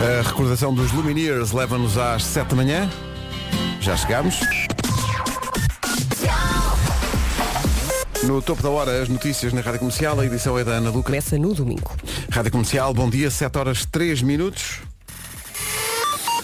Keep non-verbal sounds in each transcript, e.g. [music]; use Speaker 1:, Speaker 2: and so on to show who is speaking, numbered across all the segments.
Speaker 1: A recordação dos Lumineers leva-nos às 7 da manhã. Já chegámos. No topo da hora, as notícias na Rádio Comercial. A edição é da Ana Lucas.
Speaker 2: Começa no domingo.
Speaker 1: Rádio Comercial, bom dia, 7 horas 3 minutos.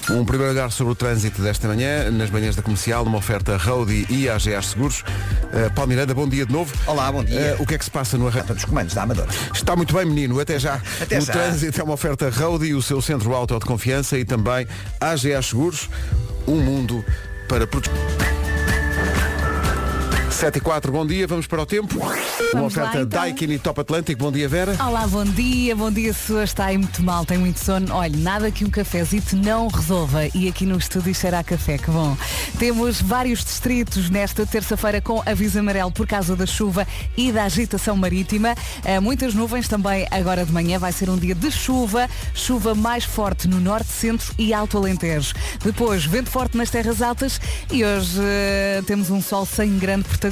Speaker 1: Um primeiro olhar sobre o trânsito desta manhã, nas manhãs da comercial, numa oferta Roadie e AGA Seguros. Uh, Paulo Miranda, bom dia de novo.
Speaker 3: Olá, bom dia.
Speaker 1: Eh, o que é que se passa no arranque?
Speaker 3: Para os comandos da Amadora.
Speaker 1: Está muito bem, menino. Até já.
Speaker 3: Até
Speaker 1: o
Speaker 3: já.
Speaker 1: trânsito é uma oferta Roadie, o seu centro auto de confiança e também AGA Seguros, um mundo para proteger. 7 e 4, bom dia, vamos para o tempo. uma
Speaker 4: Vamos lá,
Speaker 1: oferta
Speaker 4: então.
Speaker 1: Daikin e Top Atlântico. Bom dia, Vera.
Speaker 4: Olá, bom dia, bom dia sua. Está aí muito mal, tem muito sono. Olha, nada que um cafezito não resolva. E aqui no estúdio será café, que bom. Temos vários distritos nesta terça-feira com aviso amarelo por causa da chuva e da agitação marítima. Eh, muitas nuvens também agora de manhã. Vai ser um dia de chuva, chuva mais forte no norte, centro e alto Alentejo. Depois, vento forte nas terras altas e hoje eh, temos um sol sem grande protagonismo.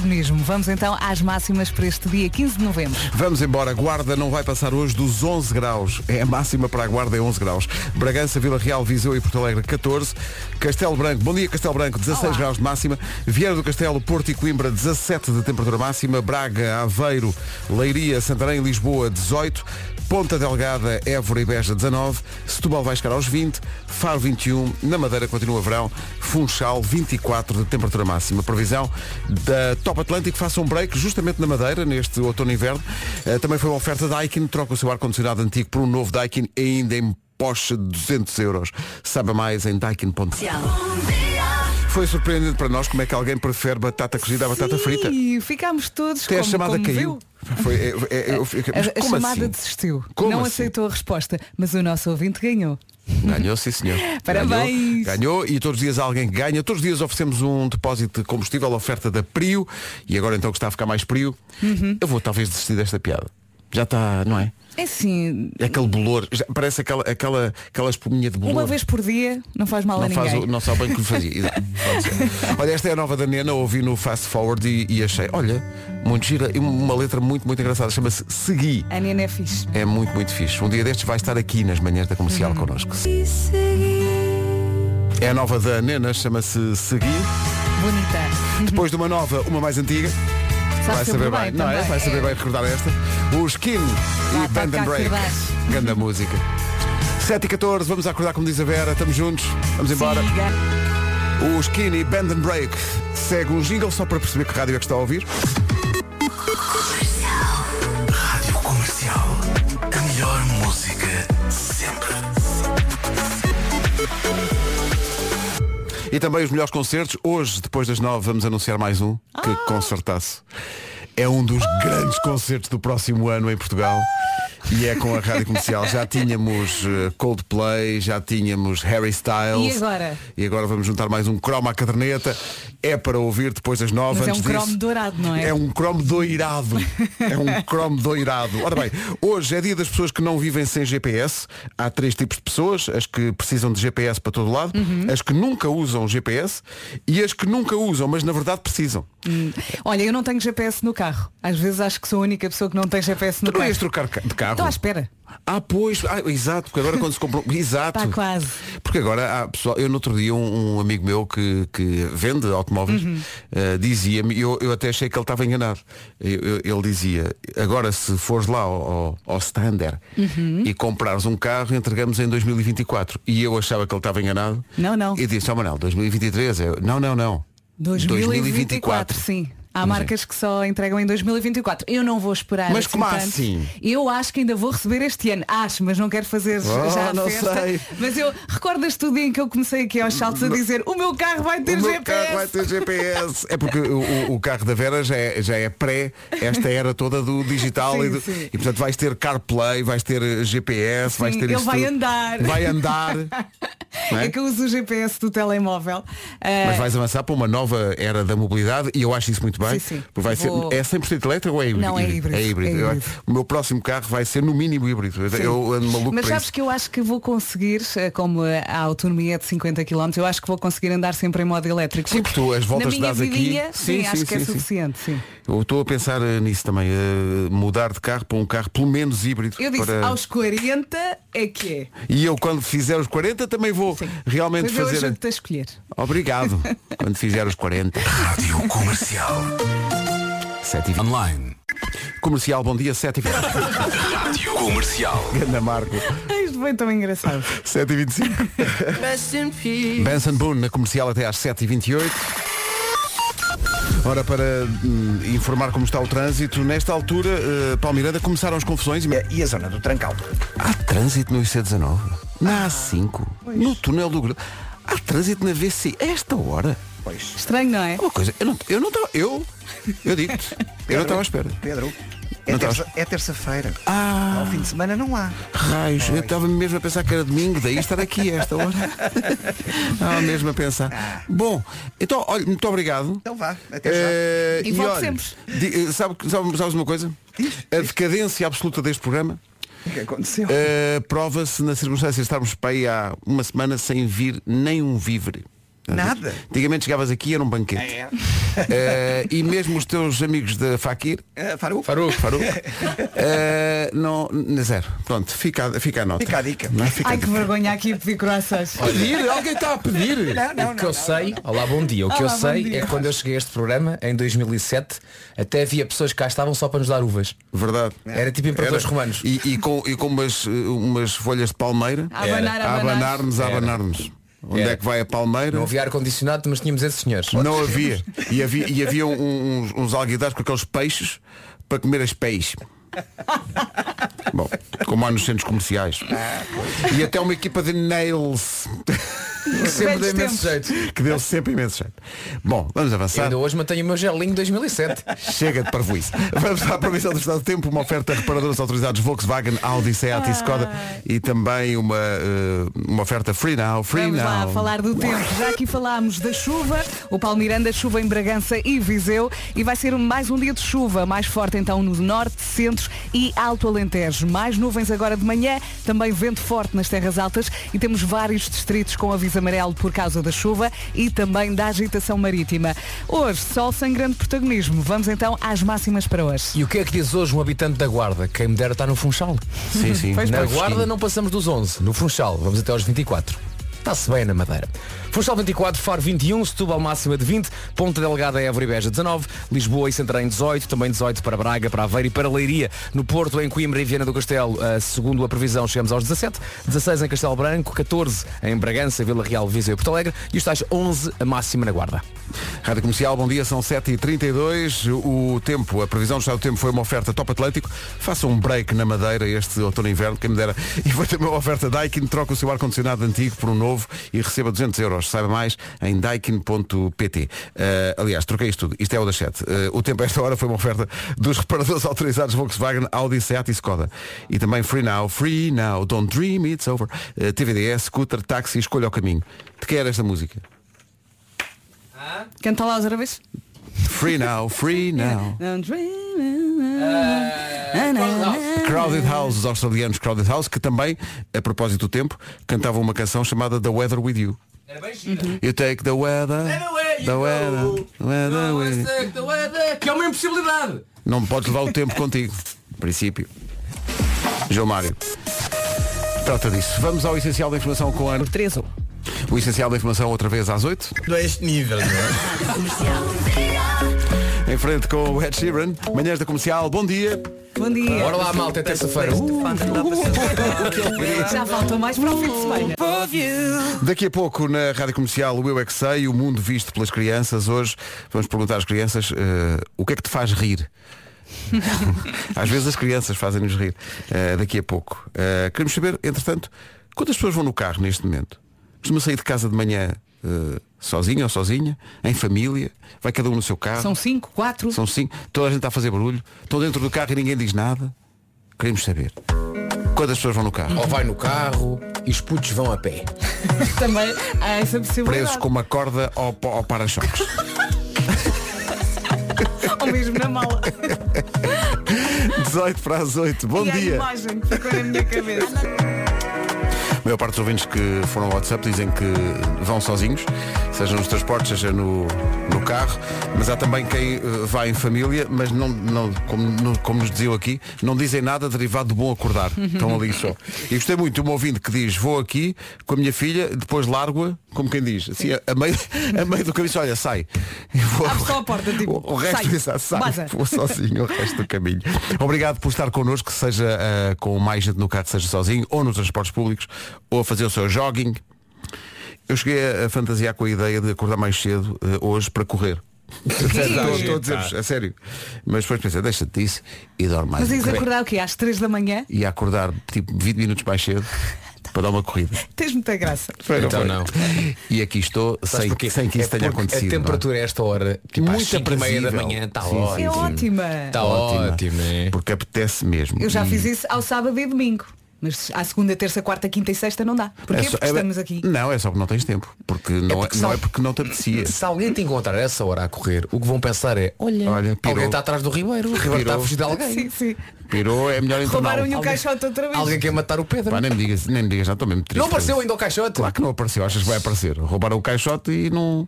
Speaker 4: Vamos então às máximas para este dia 15 de novembro.
Speaker 1: Vamos embora. Guarda não vai passar hoje dos 11 graus. É a máxima para a Guarda, é 11 graus. Bragança, Vila Real, Viseu e Porto Alegre, 14. Castelo Branco, bom dia Castelo Branco, 16 graus de máxima. Vieira do Castelo, Porto e Coimbra, 17 de temperatura máxima. Braga, Aveiro, Leiria, Santarém e Lisboa, 18. Ponta Delgada, Évora e Beja, 19. Setúbal vai chegar aos 20. Faro, 21. Na Madeira continua verão. Funchal, 24 de temperatura máxima. Previsão da Top Atlântico. Faça um break justamente na Madeira, neste outono e inverno. Eh, também foi uma oferta Daikin. Troca o seu ar-condicionado antigo por um novo Daikin, ainda em Porsche de 200 euros. Saiba mais em daikin.com. Foi surpreendente para nós como é que alguém prefere batata cozida à batata frita.
Speaker 4: E ficámos todos
Speaker 1: Até
Speaker 4: como,
Speaker 1: a chamada
Speaker 4: como
Speaker 1: caiu.
Speaker 4: viu.
Speaker 1: Foi, é, é, é, eu fiquei- mas
Speaker 4: A, a
Speaker 1: como
Speaker 4: chamada
Speaker 1: assim?
Speaker 4: desistiu.
Speaker 1: Como
Speaker 4: não
Speaker 1: assim?
Speaker 4: aceitou a resposta, mas o nosso ouvinte ganhou.
Speaker 1: Ganhou, sim senhor.
Speaker 4: [laughs] Parabéns.
Speaker 1: Ganhou, ganhou e todos os dias há alguém que ganha. Todos os dias oferecemos um depósito de combustível, oferta da Prio, e agora então que está a ficar mais frio,
Speaker 4: Uhum.
Speaker 1: eu vou talvez desistir desta piada. Já está, não é?
Speaker 4: É assim,
Speaker 1: É Aquele bolor, já- parece aquela, aquela, aquela espuminha de bolor.
Speaker 4: uma vez por dia não faz mal a
Speaker 1: não,
Speaker 4: ninguém.
Speaker 1: faz o, não sabe bem o que lhe
Speaker 4: [laughs]
Speaker 1: fazia. Exato. Pode ser. olha, esta é a nova da Nena, ouvi no Fast Forward e, e achei, olha, muito gira e uma letra muito, muito engraçada, chama-se Segui.
Speaker 4: A Nena é fixe.
Speaker 1: É muito, muito fixe. Um dia destes vai estar aqui nas manhãs da comercial
Speaker 4: Uhum.
Speaker 1: connosco. É a nova da Nena, chama-se Seguir.
Speaker 4: Bonita.
Speaker 1: Depois de uma nova, uma mais antiga.
Speaker 4: Sabe
Speaker 1: vai
Speaker 4: sempre
Speaker 1: saber bem.
Speaker 4: bem
Speaker 1: Não é?
Speaker 4: também.
Speaker 1: Vai saber bem recordar esta. O Skin e
Speaker 4: tá
Speaker 1: Band and
Speaker 4: cá
Speaker 1: Break.
Speaker 4: acordaste.
Speaker 1: Grande música. 7 e 14, vamos acordar como diz a Vera, estamos juntos, vamos embora.
Speaker 4: Siga.
Speaker 1: O Skinny Band and Break segue um jingle só para perceber que rádio é que está a ouvir.
Speaker 5: Rádio Comercial. A melhor música sempre.
Speaker 1: E também os melhores concertos. Hoje, depois das nove, vamos anunciar mais um, que
Speaker 4: Ah.
Speaker 1: concertaço. É um dos grandes concertos do próximo ano em Portugal. E é com a Rádio Comercial. Já tínhamos eh, Coldplay, já tínhamos Harry Styles.
Speaker 4: E agora?
Speaker 1: E agora vamos juntar mais um cromo à caderneta. É para ouvir depois das nove.
Speaker 4: Mas é
Speaker 1: Antes
Speaker 4: um cromo
Speaker 1: disso,
Speaker 4: dourado, não é?
Speaker 1: É um cromo doirado.
Speaker 4: [laughs]
Speaker 1: É um cromo doirado. Ora bem, hoje é dia das pessoas que não vivem sem GPS. Há três tipos de pessoas. As que precisam de GPS para todo lado,
Speaker 4: Uhum.
Speaker 1: as que nunca usam GPS e as que nunca usam, mas na verdade precisam.
Speaker 4: Hum. Olha, eu não tenho GPS no carro. Às vezes acho que sou a única pessoa que não tem GPS no
Speaker 1: Tu não
Speaker 4: carro.
Speaker 1: ias trocar ca- de carro?
Speaker 4: Estou à espera.
Speaker 1: Ah, pois, ah, exato, porque agora quando
Speaker 4: [laughs]
Speaker 1: se comprou. Exato.
Speaker 4: Está Tá quase.
Speaker 1: Porque agora há pessoal, eu no outro dia um, um amigo meu que, que vende automóveis
Speaker 4: Uhum.
Speaker 1: eh, dizia-me, eu, eu até achei que ele estava enganado. Eu- eu- ele dizia, agora se fores lá ao, ao, ao Stander
Speaker 4: Hum?
Speaker 1: e comprares um carro, entregamos em 2024. E eu achava que ele estava enganado.
Speaker 4: Não, não.
Speaker 1: E disse, ó Manel, 2023, eu, não, não, não.
Speaker 4: 2024, sim. Há
Speaker 1: Mas
Speaker 4: marcas que só entregam em 2024. Eu não vou esperar.
Speaker 1: Mas
Speaker 4: assim
Speaker 1: como
Speaker 4: tanto.
Speaker 1: assim?
Speaker 4: Eu acho que ainda vou receber este ano. Acho, mas não quero fazer
Speaker 1: Oh,
Speaker 4: já a
Speaker 1: não
Speaker 4: festa.
Speaker 1: sei.
Speaker 4: Mas eu recordas tu o dia em que eu comecei aqui aos saltos a dizer o meu carro vai ter
Speaker 1: O meu
Speaker 4: GPS.
Speaker 1: carro vai ter GPS. É porque o, o- o carro da Vera já é, já é pré esta era toda do digital
Speaker 4: Sim,
Speaker 1: e, do-
Speaker 4: sim.
Speaker 1: e, portanto vais ter CarPlay, vais ter eh, GPS, vais
Speaker 4: Sim,
Speaker 1: ter
Speaker 4: ele
Speaker 1: isto
Speaker 4: vai
Speaker 1: tudo.
Speaker 4: [laughs] andar.
Speaker 1: Vai andar. Não é?
Speaker 4: É que eu uso o GPS do telemóvel. Ah,
Speaker 1: Mas vais avançar para uma nova era da mobilidade e eu acho isso muito bem.
Speaker 4: Sim, sim.
Speaker 1: Porque vai
Speaker 4: Vou-
Speaker 1: ser, é 100% elétrico ou é híbrido?
Speaker 4: Não, é híbrido,
Speaker 1: É híbrido.
Speaker 4: é
Speaker 1: Eu-
Speaker 4: híbrido.
Speaker 1: o meu próximo carro vai ser no mínimo híbrido. Eu- Eu ando um maluco
Speaker 4: Mas
Speaker 1: para
Speaker 4: sabes
Speaker 1: isso.
Speaker 4: que eu acho que vou conseguir, eh, como eh, a autonomia é de 50 km, eu acho que vou conseguir andar sempre em modo elétrico.
Speaker 1: Sim, porque tu, as voltas
Speaker 4: na
Speaker 1: que
Speaker 4: minha
Speaker 1: dás aqui-
Speaker 4: vidinha,
Speaker 1: Sim,
Speaker 4: Sim,
Speaker 1: sim,
Speaker 4: acho que
Speaker 1: sim,
Speaker 4: é
Speaker 1: sim.
Speaker 4: suficiente. Sim.
Speaker 1: Eu estou a pensar eh, nisso também, eh, mudar de carro para um carro pelo menos híbrido.
Speaker 4: Eu disse,
Speaker 1: para-
Speaker 4: aos 40 é que é.
Speaker 1: E eu quando fizer os 40 também vou realmente
Speaker 4: Depois eu
Speaker 1: fazer.
Speaker 4: ajudo-te a escolher. [laughs]
Speaker 1: Obrigado. quando fizer os 40.
Speaker 5: Rádio Comercial.
Speaker 1: 7 e 20.
Speaker 5: Online.
Speaker 1: Comercial, bom dia, 7 e 20.
Speaker 4: [laughs]
Speaker 5: Rádio Comercial.
Speaker 1: Ganda Marco.
Speaker 4: Isto foi tão engraçado.
Speaker 1: 7 e 25. Benson Boone na comercial até às 7h28. Ora, para hum, informar como está o trânsito, nesta altura, eh, Paulo Miranda, começaram as confusões. e-
Speaker 2: E a zona do Trancal?
Speaker 1: Há trânsito no IC19, na A5, no túnel do Grilo. Há trânsito na VC, a esta hora.
Speaker 4: Estranho, não é?
Speaker 1: É uma coisa, eu não eu não estava, eu, eu digo eu não estava à espera.
Speaker 2: Pedro,
Speaker 1: Não
Speaker 2: é terça- é terça-feira. Ah. Ao fim de semana não há.
Speaker 1: Raios, eu estava mesmo a pensar que era domingo, daí estar aqui a esta hora.
Speaker 2: [laughs]
Speaker 1: Estava mesmo a
Speaker 2: Ah.
Speaker 1: pensar. Bom, então, olha, muito obrigado.
Speaker 2: Então vá, até já.
Speaker 1: Eh,
Speaker 4: E volte
Speaker 1: olha,
Speaker 4: sempre.
Speaker 1: di- eh, sabe, sabe- sabes uma coisa? A decadência absoluta deste programa
Speaker 2: O que aconteceu?
Speaker 1: eh, prova-se na circunstância de estarmos para aí há uma semana sem vir nem um vívere.
Speaker 2: Nada.
Speaker 1: Antigamente chegavas aqui e era um banquete.
Speaker 2: É.
Speaker 1: Eh, e mesmo os teus amigos da Fakir
Speaker 2: Eh, Faru?
Speaker 1: Faruco,
Speaker 2: [laughs]
Speaker 1: Faruco. Eh, não, n- zero. Pronto, fica, a- fica a nota.
Speaker 2: Fica a dica.
Speaker 1: Não é? Fica a
Speaker 4: Ai, que
Speaker 1: dica.
Speaker 4: vergonha aqui a pedir croissants.
Speaker 3: pedir, alguém está a
Speaker 2: Não,
Speaker 3: pedir.
Speaker 2: não,
Speaker 3: o que
Speaker 2: não,
Speaker 3: eu
Speaker 2: não,
Speaker 3: sei, olá, bom dia. O que
Speaker 4: Olá,
Speaker 3: eu
Speaker 4: bom
Speaker 3: sei
Speaker 4: dia.
Speaker 3: é que quando eu cheguei a este programa, em 2007, até havia pessoas que cá estavam só para nos dar uvas.
Speaker 1: Verdade.
Speaker 3: Era tipo imperadores romanos.
Speaker 1: E, e com, e com umas, eh, umas folhas de palmeira.
Speaker 4: A abanar,
Speaker 1: A
Speaker 4: a abanar.
Speaker 1: abanar-nos, a abanar-nos. Onde
Speaker 3: Era.
Speaker 1: é que vai a palmeira?
Speaker 3: Não havia ar-condicionado, mas tínhamos esses senhores.
Speaker 1: Não havia. E havia, e havia um- uns, uns alguidares com aqueles peixes para comer as
Speaker 3: [laughs]
Speaker 1: peixes. Bom, como há nos centros comerciais. E até uma equipa de nails
Speaker 3: Sempre
Speaker 4: Velhos
Speaker 3: dei imenso
Speaker 4: tempos.
Speaker 3: jeito.
Speaker 1: que deu sempre imenso jeito. Bom, vamos avançar.
Speaker 3: Ainda hoje mantenho o meu gelinho de 2007.
Speaker 1: Chega de parvoíce. Vamos à previsão do estado do tempo, uma oferta a reparadores autorizados Volkswagen, Audi, Seat e Skoda e também uma, eh, uma oferta free now, free
Speaker 4: Vamos
Speaker 1: now.
Speaker 4: lá falar do tempo. Já aqui falámos da chuva, o Palmiranda, chuva em Bragança e Viseu. E vai ser mais um dia de chuva, mais forte então no norte, centro e alto Alentejo. Mais nuvens agora de manhã, também vento forte nas terras altas e temos vários distritos com aviso amarelo por causa da chuva e também da agitação marítima. Hoje, sol sem grande protagonismo. Vamos então às máximas para hoje.
Speaker 3: E o que é que diz hoje um habitante da Guarda? Quem me dera está no Funchal.
Speaker 1: Sim, sim.
Speaker 3: Na
Speaker 1: Está
Speaker 3: Guarda não passamos dos 11, no Funchal vamos até aos 24. Está-se bem na Madeira. Funchal 24, Faro 21, Setúbal máxima de 20, Ponta Delgada, Évora e Beja 19, Lisboa e Santarém 18, também 18 para Braga, para Aveiro e para Leiria. No Porto, em Coimbra e Viana do Castelo, eh, segundo a previsão, chegamos aos 17, 16 em Castelo Branco, 14 em Bragança, Vila Real, Viseu e Porto Alegre e os tais 11 a máxima na Guarda.
Speaker 1: Rádio Comercial, bom dia, são 7h32. O tempo, a previsão do estado do tempo foi uma oferta top Atlântico. Faça um break na Madeira este outono e inverno, quem me dera. [laughs] E foi também uma oferta Daikin. Troca o seu ar-condicionado antigo por um novo e receba 200 euros. Saiba mais em daikin.pt. Eh, aliás, troquei isto tudo. Isto é o das 7. Eh, o tempo a esta hora foi uma oferta dos reparadores [laughs] autorizados Volkswagen, Audi, Seat e Skoda. E também Free Now, Free Now, Don't Dream It's Over. Eh, TVDS, Scooter, Táxi, Escolha o Caminho. De quem era esta música?
Speaker 4: Canta lá outra vez.
Speaker 1: Free Now, [laughs] Free Now.
Speaker 4: Don't dream-
Speaker 1: Crowded House, os australianos Crowded House, que também, a propósito do tempo, cantavam uma canção chamada The Weather With You. You take the weather, Uhum. the weather, the weather with you.
Speaker 3: Que é uma impossibilidade!
Speaker 1: Não podes levar o tempo contigo. Princípio. João Mário. Trata disso. Vamos ao essencial da informação com a Ana.
Speaker 4: Três, um.
Speaker 1: O essencial da informação outra vez às 8.
Speaker 5: Não é este nível, não é?
Speaker 6: é?
Speaker 1: Em frente com o Ed Sheeran. Manhãs da comercial. Bom dia.
Speaker 4: Bom dia.
Speaker 3: Bora lá, malta, é terça-feira.
Speaker 4: [laughs] Já faltam mais para o fim de semana.
Speaker 1: Daqui a pouco na Rádio Comercial o Eu É Que Sei, o mundo visto pelas crianças. Hoje vamos perguntar às crianças eh, o que é que te faz rir. às vezes as crianças fazem-nos rir. eh, daqui a pouco. Eh, queremos saber, entretanto, quantas pessoas vão no carro neste momento? Costuma sair de casa de manhã eh, sozinha ou sozinha, em família, vai cada um no seu carro.
Speaker 4: São cinco, quatro.
Speaker 1: São cinco, toda a gente está a fazer barulho, estão dentro do carro e ninguém diz nada. Queremos saber. Quantas quantas pessoas vão no carro?
Speaker 3: Ou vai no carro e os putos vão a pé.
Speaker 4: [laughs] Também há essa possibilidade.
Speaker 1: Presos com uma corda ao, ao para-choques.
Speaker 4: [laughs] Ou mesmo na mala.
Speaker 1: 18 para as 8. [laughs] Bom
Speaker 4: e há é? a
Speaker 1: dia.
Speaker 4: imagem que ficou na minha cabeça.
Speaker 1: A maior parte dos ouvintes que foram ao WhatsApp dizem que vão sozinhos, seja nos transportes, seja no, no carro, mas há também quem eh, vai em família, mas não, não como, no- como nos diziam aqui, não dizem nada derivado do
Speaker 4: [laughs]
Speaker 1: bom acordar. Estão ali só. E gostei muito de um ouvinte que diz, vou aqui com a minha filha, depois largo-a, como quem diz, assim, a, a meio, [laughs] a meio do caminho, diz, olha, sai. E vou-
Speaker 4: Abre só a porta, tipo,
Speaker 1: o, o resto
Speaker 4: sai,
Speaker 1: diz, sai,
Speaker 4: vaza."
Speaker 1: vou sozinho o resto do caminho. Obrigado por estar connosco, seja ah, com mais gente no carro, seja sozinho, ou nos transportes públicos, ou a fazer o seu jogging. Eu cheguei a- a fantasiar com a ideia de acordar mais cedo eh, hoje para
Speaker 3: [laughs]
Speaker 1: correr. Estou estou a dizer-vos, a sério. Mas depois pensei, deixa-te disso e dorme mais.
Speaker 4: Mas é
Speaker 1: um
Speaker 4: ias
Speaker 1: bocadinho.
Speaker 4: acordar o quê? Às 3 da manhã?
Speaker 1: E a acordar tipo 20 minutos mais cedo para dar uma corrida.
Speaker 4: Tens muita graça.
Speaker 3: Então não.
Speaker 1: E aqui estou
Speaker 3: Sabes
Speaker 1: sem,
Speaker 3: porquê?
Speaker 1: sem que isso
Speaker 3: É
Speaker 1: tenha
Speaker 3: porque
Speaker 1: acontecido.
Speaker 3: A
Speaker 1: não é?
Speaker 3: temperatura a esta hora, tipo às
Speaker 1: Muito
Speaker 3: 5 e meia da
Speaker 1: aprazível.
Speaker 3: manhã, está
Speaker 1: Sim,
Speaker 4: É
Speaker 1: sim,
Speaker 3: ótimo.
Speaker 4: ótima.
Speaker 3: Está ótimo, é?
Speaker 1: Porque apetece mesmo.
Speaker 4: Eu já
Speaker 1: E-
Speaker 4: fiz isso ao sábado e domingo. Mas à segunda, terça, quarta, quinta e sexta não dá. Porquê?
Speaker 1: É só-
Speaker 4: Porque
Speaker 1: é-
Speaker 4: estamos aqui.
Speaker 1: Não, é só porque não tens tempo. Porque não, é,
Speaker 3: porque
Speaker 1: não
Speaker 3: só-
Speaker 1: é porque não te apetecia.
Speaker 3: Se alguém te encontrar a essa hora a correr, o que vão pensar é, olha,
Speaker 1: Olha, pirou.
Speaker 3: alguém está atrás do Ribeiro, o Ribeiro está a fugir de alguém.
Speaker 4: Sim, sim.
Speaker 1: Pirou, é melhor internar.
Speaker 4: Roubaram-lhe o caixote outra vez.
Speaker 3: Alguém quer matar o Pedro.
Speaker 1: Pá, nem me digas, nem me digas, já estou mesmo triste.
Speaker 3: não apareceu ainda o caixote?
Speaker 1: Claro que não apareceu, achas que vai aparecer. Roubaram o caixote e não.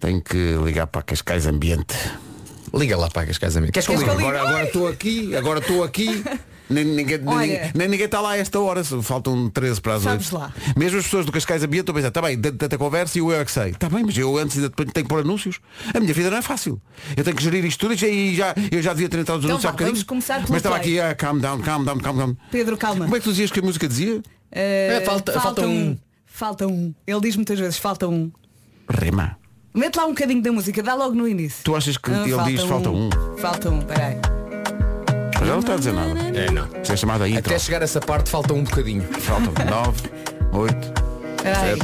Speaker 1: Tenho que ligar para Cascais Ambiente.
Speaker 3: Liga lá, pagas casamento. Queres que eu
Speaker 4: Queres
Speaker 3: ligue?
Speaker 4: que eu ligue?
Speaker 1: Agora agora estou aqui, agora estou aqui. Nem ninguém, nem,
Speaker 4: Olha.
Speaker 1: ninguém- nem ninguém está lá a esta hora, se- faltam 13 para as
Speaker 4: Sabes
Speaker 1: 8.
Speaker 4: lá.
Speaker 1: Mesmo as pessoas do Cascais Ambiente estão a pensar, está bem, de- tanta conversa e o eu é que sei. Está bem, mas eu antes ainda tenho que pôr anúncios. A minha vida não é fácil. Eu tenho que gerir isto tudo e já- e já, eu já devia ter entrado nos
Speaker 4: Então
Speaker 1: anúncios há
Speaker 4: vá,
Speaker 1: bocadinho.
Speaker 4: vamos começar pelo
Speaker 1: mas estava
Speaker 4: play.
Speaker 1: aqui a calm down, calm down, calm down.
Speaker 4: Pedro, calma.
Speaker 1: Como é que tu dizias que a música dizia?
Speaker 4: Eh,
Speaker 3: É, falta- falta um.
Speaker 4: Falta um. Ele diz muitas vezes, falta um.
Speaker 1: Rema.
Speaker 4: Mete lá um bocadinho da música, dá logo no início.
Speaker 1: Tu achas que ele diz falta um?
Speaker 4: Falta um, peraí.
Speaker 1: Mas já não está a dizer nada.
Speaker 3: É, não.
Speaker 1: Isso é chamada intro.
Speaker 3: Até chegar a essa parte falta um bocadinho.
Speaker 1: Faltam 9, 8,
Speaker 4: peraí.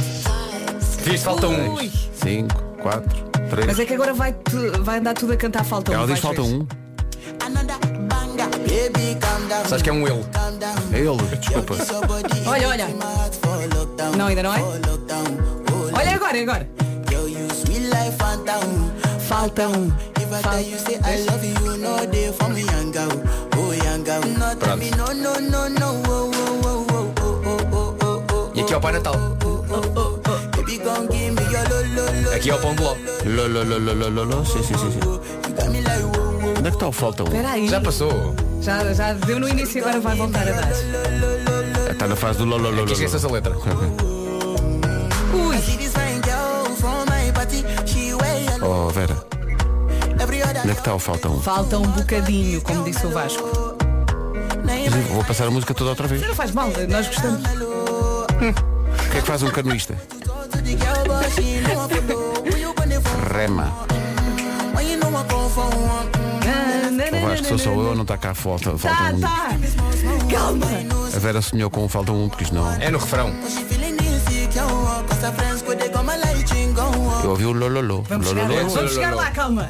Speaker 3: Viste, falta um.
Speaker 4: Ui.
Speaker 1: 5, 4, 3.
Speaker 4: Mas é que agora vai, tu- vai andar tudo a cantar falta um.
Speaker 1: Ela diz
Speaker 4: vais
Speaker 1: falta
Speaker 4: ver.
Speaker 1: um.
Speaker 3: Sabes que é um ele.
Speaker 1: É ele, desculpa.
Speaker 4: Olha, olha. Não, ainda não é? Olha agora, agora. Falta um. Falta um.
Speaker 3: E aqui é o Pai Natal. Aqui é o Pão de Ló.
Speaker 1: Ló, ló, ló, ló, ló, ló, ló. Sim, sim, sim, sim. Onde é que está o falta um?
Speaker 4: Peraí.
Speaker 3: Já passou.
Speaker 4: Já, já deu no início, agora vai voltar a dar.
Speaker 1: Está na fase do ló, ló, ló, ló,
Speaker 3: Aqui esquece
Speaker 1: ló.
Speaker 3: essa letra.
Speaker 4: Ui.
Speaker 1: [laughs] Oh, Vera. Onde é que está o falta um?
Speaker 4: Falta um bocadinho, como disse o Vasco.
Speaker 1: Vou passar a música toda outra vez.
Speaker 4: Não faz mal, nós gostamos. Hum.
Speaker 1: O que é que faz um canoista? Rema. O Vasco sou só eu, não está cá falta,
Speaker 4: Tá,
Speaker 1: falta um.
Speaker 4: tá. Calma.
Speaker 1: A Vera sonhou com um falta um, porque isto não.
Speaker 3: É no refrão.
Speaker 1: Eu ouvi o lololô.
Speaker 4: Vamos chegar lá, vamos chegar lá, calma.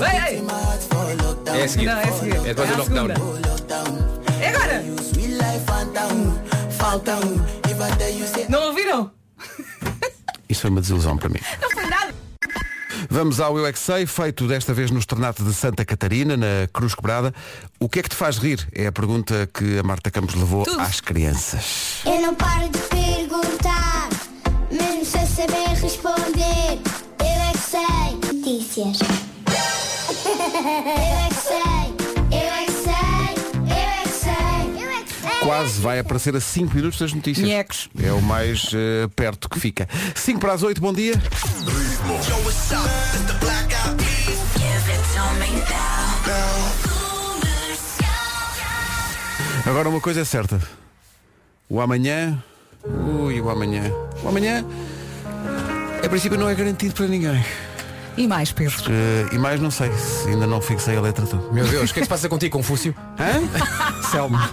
Speaker 4: Ei, ei.
Speaker 3: É a seguir.
Speaker 4: Não, é a seguir.
Speaker 3: É depois do
Speaker 4: a
Speaker 3: lockdown.
Speaker 4: segunda. É agora.
Speaker 7: Falta um, if I tell you say
Speaker 4: Não ouviram?
Speaker 1: Isso foi uma desilusão para mim.
Speaker 4: Não foi nada.
Speaker 1: Vamos ao Eu é que Sei, feito desta vez no Estrenato de Santa Catarina, na Cruz Quebrada. O que é que te faz rir? É a pergunta que a Marta Campos levou
Speaker 4: Tudo.
Speaker 1: às crianças.
Speaker 8: Eu não paro de perguntar, mesmo sem saber responder. Eu é que sei. Notícias. Eu é que sei. Eu é que sei. Eu é que sei. Eu é que sei.
Speaker 1: Quase vai aparecer a 5 minutos das notícias.
Speaker 4: Nhecos.
Speaker 1: É o mais eh, perto que fica. 5 para as 8, bom dia. Agora uma coisa é certa. O amanhã. Ui, o amanhã. O amanhã. A princípio não é garantido para ninguém.
Speaker 4: E mais, Pedro.
Speaker 1: Eh, e mais não sei, se ainda não fixei a letra toda.
Speaker 3: Meu Deus, o que é que se passa contigo, Confúcio? [laughs]
Speaker 1: Hã? [laughs] Selma.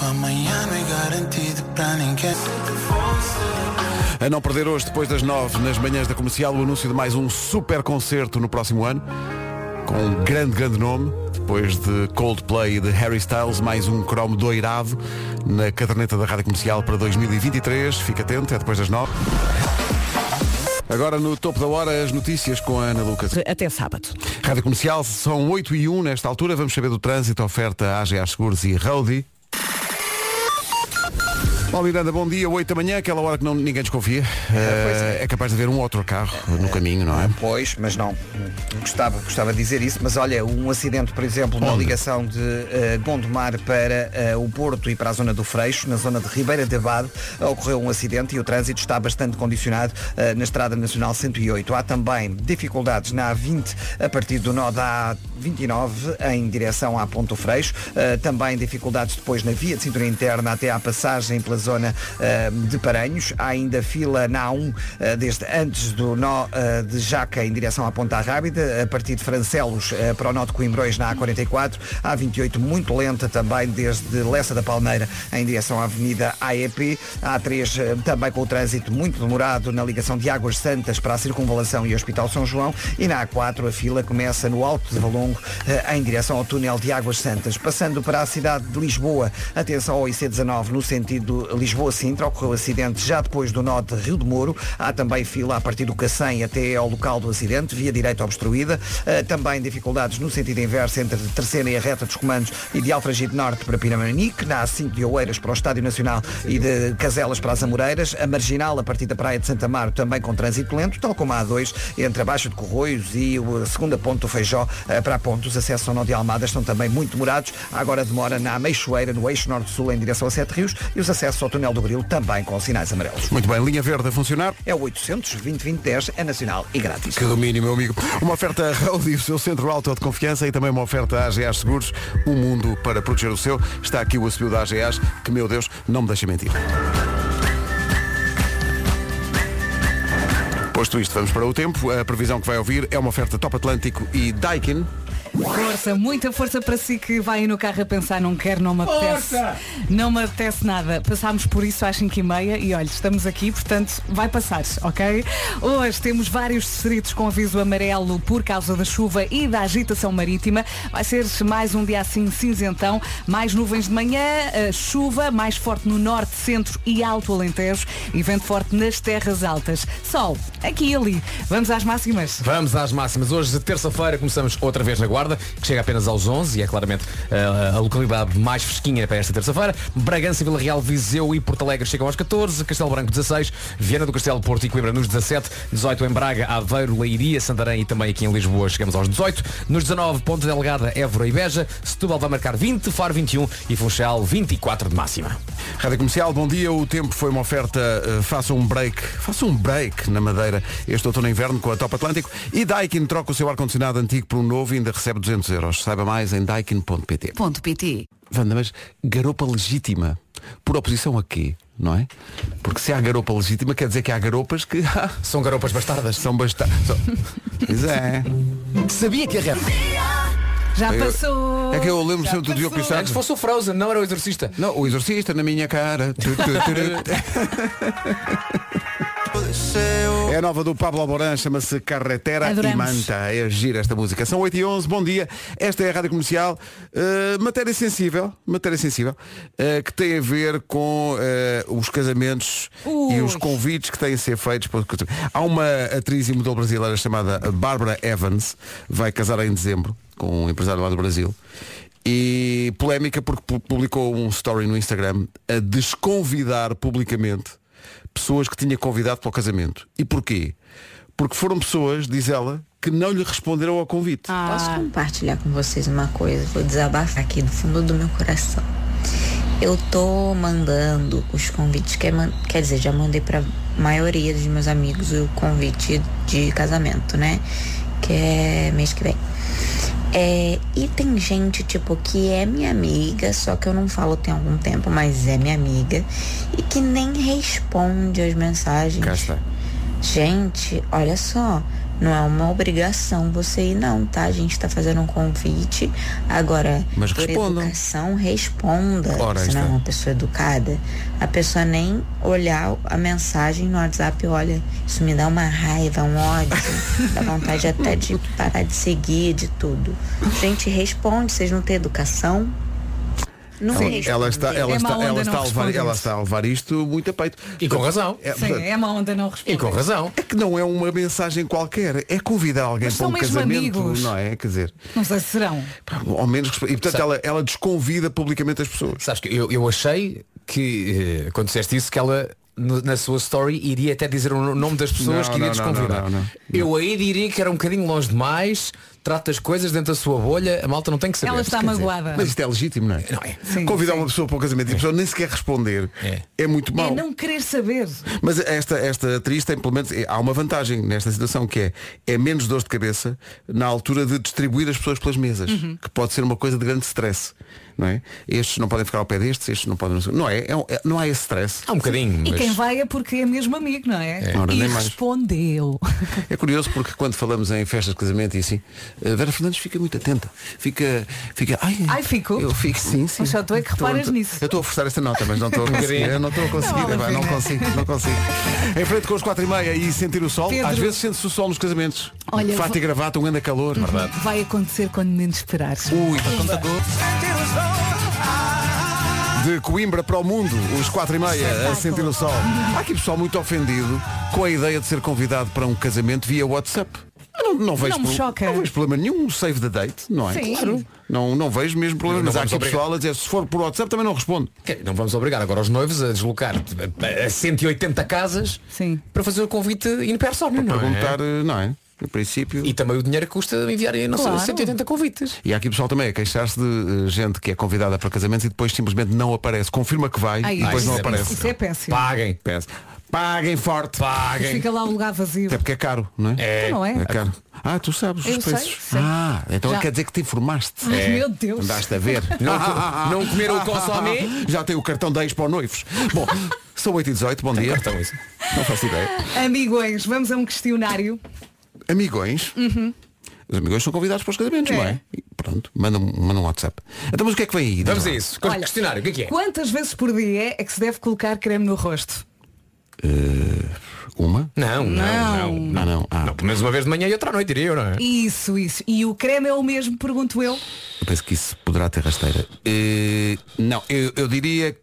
Speaker 7: O amanhã não é garantido pra ninguém
Speaker 1: A não perder hoje, depois das nove, nas manhãs da comercial, o anúncio de mais um super concerto no próximo ano. com um grande, grande nome. Depois de Coldplay e de Harry Styles, mais um cromo doirado na caderneta da Rádio Comercial para 2023. Fica atento, é depois das nove. Agora no topo da hora, as notícias com a Ana Lucas.
Speaker 9: Até sábado.
Speaker 1: Rádio Comercial, são 8 e 1 nesta altura. Vamos saber do trânsito, oferta AGA Seguros e Roadie. Olá Miranda, bom dia, 8 da manhã, aquela hora que não, ninguém desconfia.
Speaker 4: Ah,
Speaker 1: Eh, é. capaz de haver um outro carro no caminho, não é?
Speaker 2: Pois, mas não. Gostava, gostava de dizer isso, mas olha, um acidente, por exemplo, na
Speaker 1: Onde?
Speaker 2: ligação de eh, Gondomar para eh, o Porto e para a zona do Freixo, na zona de Ribeira de Abado, ocorreu um acidente e o trânsito está bastante condicionado eh, na Estrada Nacional 108. Há também dificuldades na A20 a partir do nó da A29 em direção à Ponto Freixo. Eh, também dificuldades depois na via de cintura interna até à passagem pela zona eh, de Paranhos. Há ainda fila na A1 eh, desde antes do nó eh, de Jaca em direção à Ponta Rábida, a partir de Francelos eh, para o nó de Coimbrões na A44, a A28 muito lenta também desde Lessa da Palmeira em direção à Avenida AEP, a A3 eh, também com o trânsito muito demorado na ligação de Águas Santas para a Circunvalação e Hospital São João e na A4 a fila começa no Alto de Valongo eh, em direção ao túnel de Águas Santas. Passando para a cidade de Lisboa, atenção ao IC19 no sentido Lisboa-Sintra, ocorreu acidente já depois do nó de Rio de Moro, há também fila a partir do Cacém até ao local do acidente, via direita obstruída, Eh, também dificuldades no sentido inverso entre a terceira e a reta dos comandos e de Alfragide Norte para Pinamanique, na A5 de Oeiras para o Estádio Nacional e de Caselas para as Amoreiras, a Marginal a partir da Praia de Santa Mar também com trânsito lento, tal como a A2 entre a Baixa de Corroios e o- a segunda ponte do Feijó eh, para a ponte, os acessos ao Nó de Almada estão também muito demorados, há agora demora na Meixoeira, no eixo Norte-Sul em direção a Sete Rios e os acessos ao Túnel do Grilo também com sinais amarelos.
Speaker 1: Muito bem, linha verde a funcionar.
Speaker 2: É o 800 2010 é nacional e grátis.
Speaker 1: Que domínio, meu amigo. Uma oferta [laughs] Roadie, o seu centro alto de confiança e também uma oferta AGA Seguros, um mundo para proteger o seu. Está aqui o assobio da AGAs, que, meu Deus, não me deixa mentir. Posto isto, vamos para o tempo. A previsão que vai ouvir é uma oferta Top Atlântico e Daikin.
Speaker 4: Força, muita força para si que vai aí no carro a pensar não quero, não me apetece. Não me apetece nada. Passámos por isso às 5 e meia e olha, estamos aqui, portanto vai passar, ok? Hoje temos vários distritos com aviso amarelo por causa da chuva e da agitação marítima. Vai ser mais um dia assim cinzentão, mais nuvens de manhã, eh, chuva mais forte no norte, centro e alto Alentejo e vento forte nas terras altas. Sol, aqui e ali. Vamos às máximas.
Speaker 3: Vamos às máximas. Hoje, terça-feira, começamos outra vez na Guarda, que chega apenas aos 11 e é claramente eh, a localidade mais fresquinha para esta terça-feira. Bragança, Vila Real, Viseu e Porto Alegre chegam aos 14, Castelo Branco 16, Viana do Castelo, Porto e Coimbra nos 17, 18 em Braga, Aveiro, Leiria, Santarém e também aqui em Lisboa chegamos aos 18, nos 19, Ponta Delgada, Évora e Beja, Setúbal vai marcar 20, Faro 21 e Funchal 24 de máxima.
Speaker 1: Rádio Comercial, bom dia. O tempo foi uma oferta. eh, faça um break. Faça um break na Madeira este outono e inverno com a Top Atlântico. E Daikin troca o seu ar-condicionado antigo por um novo e ainda recebe 200 euros. Saiba mais em daikin.pt.
Speaker 4: Ponto PT.
Speaker 1: Wanda, mas garopa legítima, por oposição a quê? Não é? Porque se há garopa legítima, quer dizer que há garopas que [laughs]
Speaker 3: São garopas bastardas.
Speaker 1: são bastante.
Speaker 3: [laughs]
Speaker 1: São... Pois é.
Speaker 3: Sabia que a rap.
Speaker 4: Já
Speaker 1: Eu-
Speaker 4: passou.
Speaker 1: É que eu lembro
Speaker 4: Já
Speaker 1: sempre do Diogo
Speaker 4: passou.
Speaker 1: Pissarro.
Speaker 3: Antes É fosse o Frozen, não era o exorcista.
Speaker 1: Não, o exorcista na minha cara. Tu, tu, tu, tu. É a nova do Pablo Alborán, chama-se Carretera e
Speaker 4: Adoramos.
Speaker 1: Manta. É gira esta música. São 8 e 11 bom dia. Esta é a Rádio Comercial. Uh, matéria sensível, matéria sensível, uh, que tem a ver com uh, os casamentos e os
Speaker 4: Ui.
Speaker 1: convites que têm a ser feitos. para- Há uma atriz e modelo brasileira chamada Bárbara Evans, vai casar em dezembro com um empresário lá do Brasil. E polémica porque pu- publicou um story no Instagram a desconvidar publicamente pessoas que tinha convidado para o casamento. E porquê? Porque foram pessoas, diz ela, que não lhe responderam ao convite.
Speaker 4: Ah,
Speaker 10: Posso compartilhar com vocês uma coisa? Vou desabafar aqui do fundo do meu coração. Eu tô mandando os convites, quer, man- quer dizer, já mandei pra maioria dos meus amigos o convite de casamento, né? Que é mês que vem. É, e tem gente, tipo, que é minha amiga, só que eu não falo tem algum tempo, mas é minha amiga, e que nem responde as mensagens.
Speaker 1: Cá está.
Speaker 10: Gente, olha só, Não é uma obrigação você ir não, tá? A gente tá fazendo um convite. Agora,
Speaker 1: Mas
Speaker 10: por
Speaker 1: respondam.
Speaker 10: educação, responda.
Speaker 1: Ora, aí
Speaker 10: você não é
Speaker 1: está.
Speaker 10: uma pessoa educada. A pessoa nem olhar a mensagem no WhatsApp, olha, isso me dá uma raiva, um ódio, dá vontade até de parar de seguir, de tudo. Gente, responde, vocês não têm educação? Não
Speaker 1: Ela, ela está, ela
Speaker 4: É
Speaker 1: está,
Speaker 4: má
Speaker 1: ela
Speaker 4: onda
Speaker 1: está
Speaker 4: não
Speaker 1: a levar,
Speaker 4: responder
Speaker 1: ela
Speaker 4: isso.
Speaker 1: está a levar isto muito a peito.
Speaker 3: E com razão.
Speaker 1: É,
Speaker 4: Sim,
Speaker 1: portanto,
Speaker 4: é uma onda não responder.
Speaker 3: E com razão.
Speaker 1: é que não é uma mensagem qualquer, é convidar alguém
Speaker 4: Mas
Speaker 1: para
Speaker 4: são
Speaker 1: um
Speaker 4: mesmo
Speaker 1: casamento,
Speaker 4: amigos.
Speaker 1: não é? Quer dizer,
Speaker 4: Não sei se serão.
Speaker 1: pá, ao menos respe- e portanto
Speaker 3: Sabe-
Speaker 1: ela, ela desconvida publicamente as pessoas.
Speaker 3: Sabes que eu, eu achei que eh, quando disseste isso que ela no- na sua story iria até dizer o nome das pessoas
Speaker 1: Não,
Speaker 3: que iria
Speaker 1: não, não,
Speaker 3: desconvidar.
Speaker 1: não, não, não.
Speaker 3: Eu aí diria que era um bocadinho longe demais, trata as coisas dentro da sua bolha, a malta não tem que saber.
Speaker 4: Ela está
Speaker 3: Quer dizer,
Speaker 4: magoada.
Speaker 1: Mas isto é legítimo, não é?
Speaker 3: Não é.
Speaker 4: Sim,
Speaker 1: Convidar
Speaker 4: sim.
Speaker 1: uma pessoa para um casamento e a pessoa nem sequer responder
Speaker 3: É.
Speaker 1: é, muito
Speaker 4: É
Speaker 1: mau.
Speaker 4: não querer saber.
Speaker 1: Mas esta, esta atriz tem pelo menos é, há uma vantagem nesta situação que é é menos dor de cabeça na altura de distribuir as pessoas pelas mesas,
Speaker 4: Uhum.
Speaker 1: que pode ser uma coisa de grande stress, não é? Estes não podem ficar ao pé destes, estes não podem, não é? É um- é- não há esse stress.
Speaker 3: Há um bocadinho.
Speaker 4: E
Speaker 3: mas-
Speaker 4: quem vai é porque é mesmo amigo, não é?
Speaker 1: Ora,
Speaker 4: E
Speaker 1: nem mais.
Speaker 4: respondeu.
Speaker 1: É curioso porque quando falamos em festas de casamento e assim, a Vera Fernandes fica muito atenta, fica, fica, ai,
Speaker 4: Ai, ficou?
Speaker 1: eu fico, sim, sim.
Speaker 4: Mas só tu é que
Speaker 1: Estou-
Speaker 4: reparas nisso.
Speaker 1: Eu estou a forçar esta nota, mas não
Speaker 3: Um
Speaker 1: estou a conseguir, eu não estou a conseguir,
Speaker 4: Não vale a
Speaker 1: epá, não,
Speaker 4: pena.
Speaker 1: consigo, não consigo. Em frente com os quatro e meia e sentir o sol,
Speaker 4: Pedro.
Speaker 1: às vezes sente-se o sol nos casamentos.
Speaker 4: Olha,
Speaker 1: Fato
Speaker 4: vou-
Speaker 1: e gravata, um grande calor.
Speaker 4: Vai acontecer quando menos esperares.
Speaker 1: Ui, pá, contador. de Coimbra para o mundo, os quatro e meia, a sentir o sol. Há aqui pessoal muito ofendido com a ideia de ser convidado para um casamento via WhatsApp. Eu Não, não, vejo
Speaker 4: Não me
Speaker 1: problema-
Speaker 4: choca.
Speaker 1: não vejo problema nenhum, um save the date, não é?
Speaker 4: Sim.
Speaker 1: Claro. Não, não vejo mesmo problema.
Speaker 3: Não
Speaker 1: Mas há
Speaker 3: vamos
Speaker 1: aqui
Speaker 3: obrigar.
Speaker 1: pessoal a dizer, se for por WhatsApp também não respondo.
Speaker 3: Ok, Não vamos obrigar é agora os noivos a deslocar a 180 casas
Speaker 4: Sim.
Speaker 3: para fazer o convite in persona. não é?
Speaker 1: Perguntar, eh, não é? No princípio.
Speaker 3: E também o dinheiro que custa enviar não
Speaker 4: Claro.
Speaker 3: sei, 180 convites.
Speaker 1: E há aqui pessoal também a queixar-se de eh, gente que é convidada para casamentos e depois simplesmente não aparece. Confirma que vai
Speaker 4: Ah,
Speaker 1: e depois
Speaker 4: isso-
Speaker 1: não
Speaker 4: isso-
Speaker 1: aparece.
Speaker 4: Isso é péssimo.
Speaker 3: Paguem.
Speaker 1: Peço. Paguem forte.
Speaker 3: Paguem.
Speaker 4: Fica lá o lugar vazio.
Speaker 1: Até porque é caro, não é?
Speaker 4: Então não é?
Speaker 1: caro. Ah, tu sabes
Speaker 4: Eu
Speaker 1: os
Speaker 4: sei,
Speaker 1: preços.
Speaker 4: sei.
Speaker 1: Ah, então
Speaker 4: Já.
Speaker 1: quer dizer que te informaste. É.
Speaker 4: Mas, Meu Deus.
Speaker 1: Andaste
Speaker 4: [laughs]
Speaker 1: a ver.
Speaker 3: Não, co- não comeram o consomé?
Speaker 1: [laughs] Já tem o cartão 10 para os noivos. Bom, são 8 e 18 bom dia.
Speaker 3: cartão isso.
Speaker 1: Não faço ideia.
Speaker 4: Amigões, vamos a um questionário.
Speaker 1: Amigões. Os amigões são convidados para os casamentos,
Speaker 4: É.
Speaker 1: não é? E pronto, manda um, manda um WhatsApp. Então, mas o que é que vem aí? Diz
Speaker 3: Vamos
Speaker 1: lá.
Speaker 3: a isso. Co-
Speaker 4: Olha,
Speaker 3: Questionário, o que é que é?
Speaker 4: Quantas vezes por dia é que se deve colocar creme no rosto?
Speaker 1: Eh, Uma?
Speaker 3: Não, não, não.
Speaker 1: Ah, não. Ah,
Speaker 3: Não, pelo menos uma vez de manhã e outra à noite, diria eu, não é?
Speaker 4: Isso, isso. E o creme é o mesmo, pergunto eu.
Speaker 1: eu penso que isso poderá ter rasteira. Eh, não, eu, eu diria,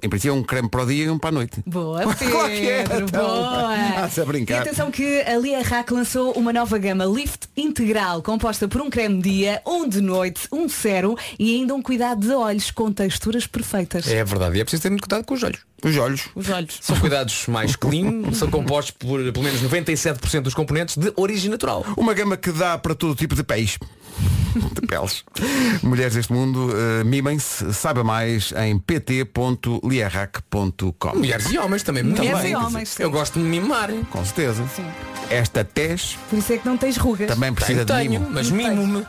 Speaker 1: em princípio, é um creme para o dia e um para a noite.
Speaker 4: Boa, Pedro,
Speaker 1: Claro que é, então.
Speaker 4: boa.
Speaker 1: [laughs] Estás a brincar.
Speaker 4: E atenção que a Lia Rack lançou uma nova gama Lift Integral, composta por um creme de dia, um de noite, um sérum e ainda um cuidado de olhos com texturas perfeitas.
Speaker 3: É verdade, e é preciso ter muito cuidado com os olhos.
Speaker 1: Os olhos.
Speaker 4: Os olhos.
Speaker 3: São cuidados mais clean, são compostos por pelo menos 97% dos componentes de origem natural.
Speaker 1: Uma gama que dá para todo tipo de pés. De peles. Mulheres deste mundo, eh, mimem-se, saiba mais em pt.liarrac.com.
Speaker 3: Mulheres e homens também.
Speaker 4: Mulheres
Speaker 3: também.
Speaker 4: e homens, sim.
Speaker 3: Eu gosto de me mimar. [laughs]
Speaker 1: Com certeza.
Speaker 4: Sim.
Speaker 1: Esta TES
Speaker 4: Por isso é que não tens rugas.
Speaker 1: também precisa
Speaker 3: Tenho,
Speaker 1: de
Speaker 3: tenho,
Speaker 1: mimo.
Speaker 3: mas mimo-me.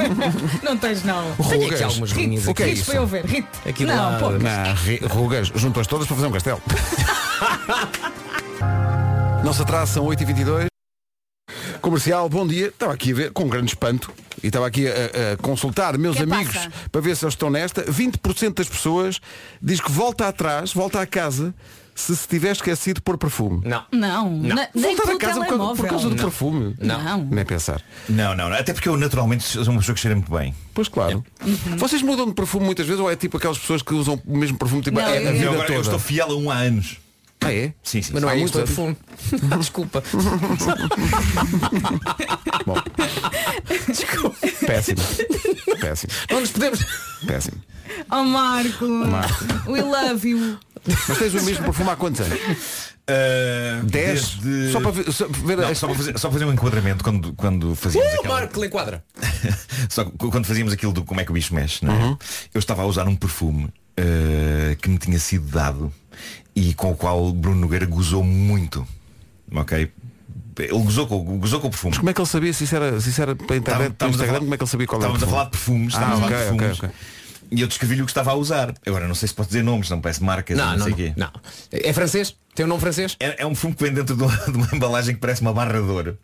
Speaker 4: [laughs] Não tens não.
Speaker 3: Tenho
Speaker 1: Rugas.
Speaker 3: aqui algumas linhas
Speaker 1: O
Speaker 3: aqui.
Speaker 1: que é
Speaker 4: Rito
Speaker 1: isso?
Speaker 4: para eu ver. Rito.
Speaker 3: Aqui do
Speaker 4: não,
Speaker 3: lado. é?
Speaker 4: pô.
Speaker 1: Na ri- rugas, junto-as todas para fazer um [laughs] castelo. Não se atrasa, são 8h22. Comercial, bom dia. Estava aqui a ver, com grande espanto, e estava aqui a, a consultar meus
Speaker 4: Que
Speaker 1: amigos
Speaker 4: passa?
Speaker 1: para ver se eles estão nesta. 20% das pessoas diz que volta atrás, volta à casa, se se tiver esquecido por perfume.
Speaker 3: Não.
Speaker 4: Não,
Speaker 3: Não.
Speaker 4: na- nem
Speaker 1: Voltar
Speaker 4: pelo
Speaker 1: a casa por causa,
Speaker 4: telemóvel.
Speaker 1: por causa do perfume.
Speaker 4: Não. Não.
Speaker 1: Nem pensar.
Speaker 5: Não, não, não. Até porque eu naturalmente sou uma pessoa que cheira muito bem.
Speaker 1: Pois claro.
Speaker 4: Uhum.
Speaker 1: Vocês mudam de perfume muitas vezes ou é tipo aquelas pessoas que usam o mesmo perfume tipo,
Speaker 4: Não,
Speaker 1: é,
Speaker 4: eu-
Speaker 1: a vida
Speaker 5: Eu, agora,
Speaker 1: toda?
Speaker 5: eu estou fiel a um há anos.
Speaker 1: Ah, é?
Speaker 5: Sim, sim.
Speaker 3: Mas não
Speaker 1: Há
Speaker 3: é isto, é
Speaker 1: muito
Speaker 3: fumo. Desculpa.
Speaker 1: Bom.
Speaker 4: [laughs]
Speaker 1: Péssimo. Péssimo.
Speaker 3: Não nos podemos.
Speaker 1: Péssimo.
Speaker 4: Oh Marco. We love you.
Speaker 1: Mas tens É o
Speaker 5: [laughs]
Speaker 1: mesmo perfume há quantos anos?
Speaker 5: Ah,
Speaker 1: 10?
Speaker 5: desde-
Speaker 1: Só para ver. Só, para ver
Speaker 5: Não, só para fazer, só para fazer um enquadramento quando, quando fazíamos
Speaker 3: Uh,
Speaker 5: aquela-
Speaker 3: Marco, lhe enquadra.
Speaker 5: Só que quando fazíamos aquilo do como é que o bicho mexe, não é?
Speaker 1: Uhum.
Speaker 5: Eu estava a usar um perfume eh, que me tinha sido dado e com o qual Bruno Nogueira gozou muito. Ok? Ele gozou com, gozou com o perfume.
Speaker 1: Como é que ele sabia se isso era, se isso era para
Speaker 5: Estava-
Speaker 1: a internet, para o
Speaker 5: estávamos a
Speaker 1: Instagram?
Speaker 5: falar-
Speaker 1: Como é que ele sabia qual era? o
Speaker 5: Estávamos a falar de
Speaker 1: perfume?
Speaker 5: perfumes. Estávamos
Speaker 1: Ah,
Speaker 5: a falar de
Speaker 1: ok,
Speaker 5: perfumes.
Speaker 1: ok,
Speaker 5: E eu descrevi-lhe o que estava a usar. Agora não sei se posso dizer nomes, não parece marcas, não,
Speaker 3: Não, não,
Speaker 5: sei o quê.
Speaker 3: não. É francês? Tem um nome francês? [laughs]
Speaker 5: É, é um perfume que vem dentro de uma, de uma embalagem que parece uma barra de ouro.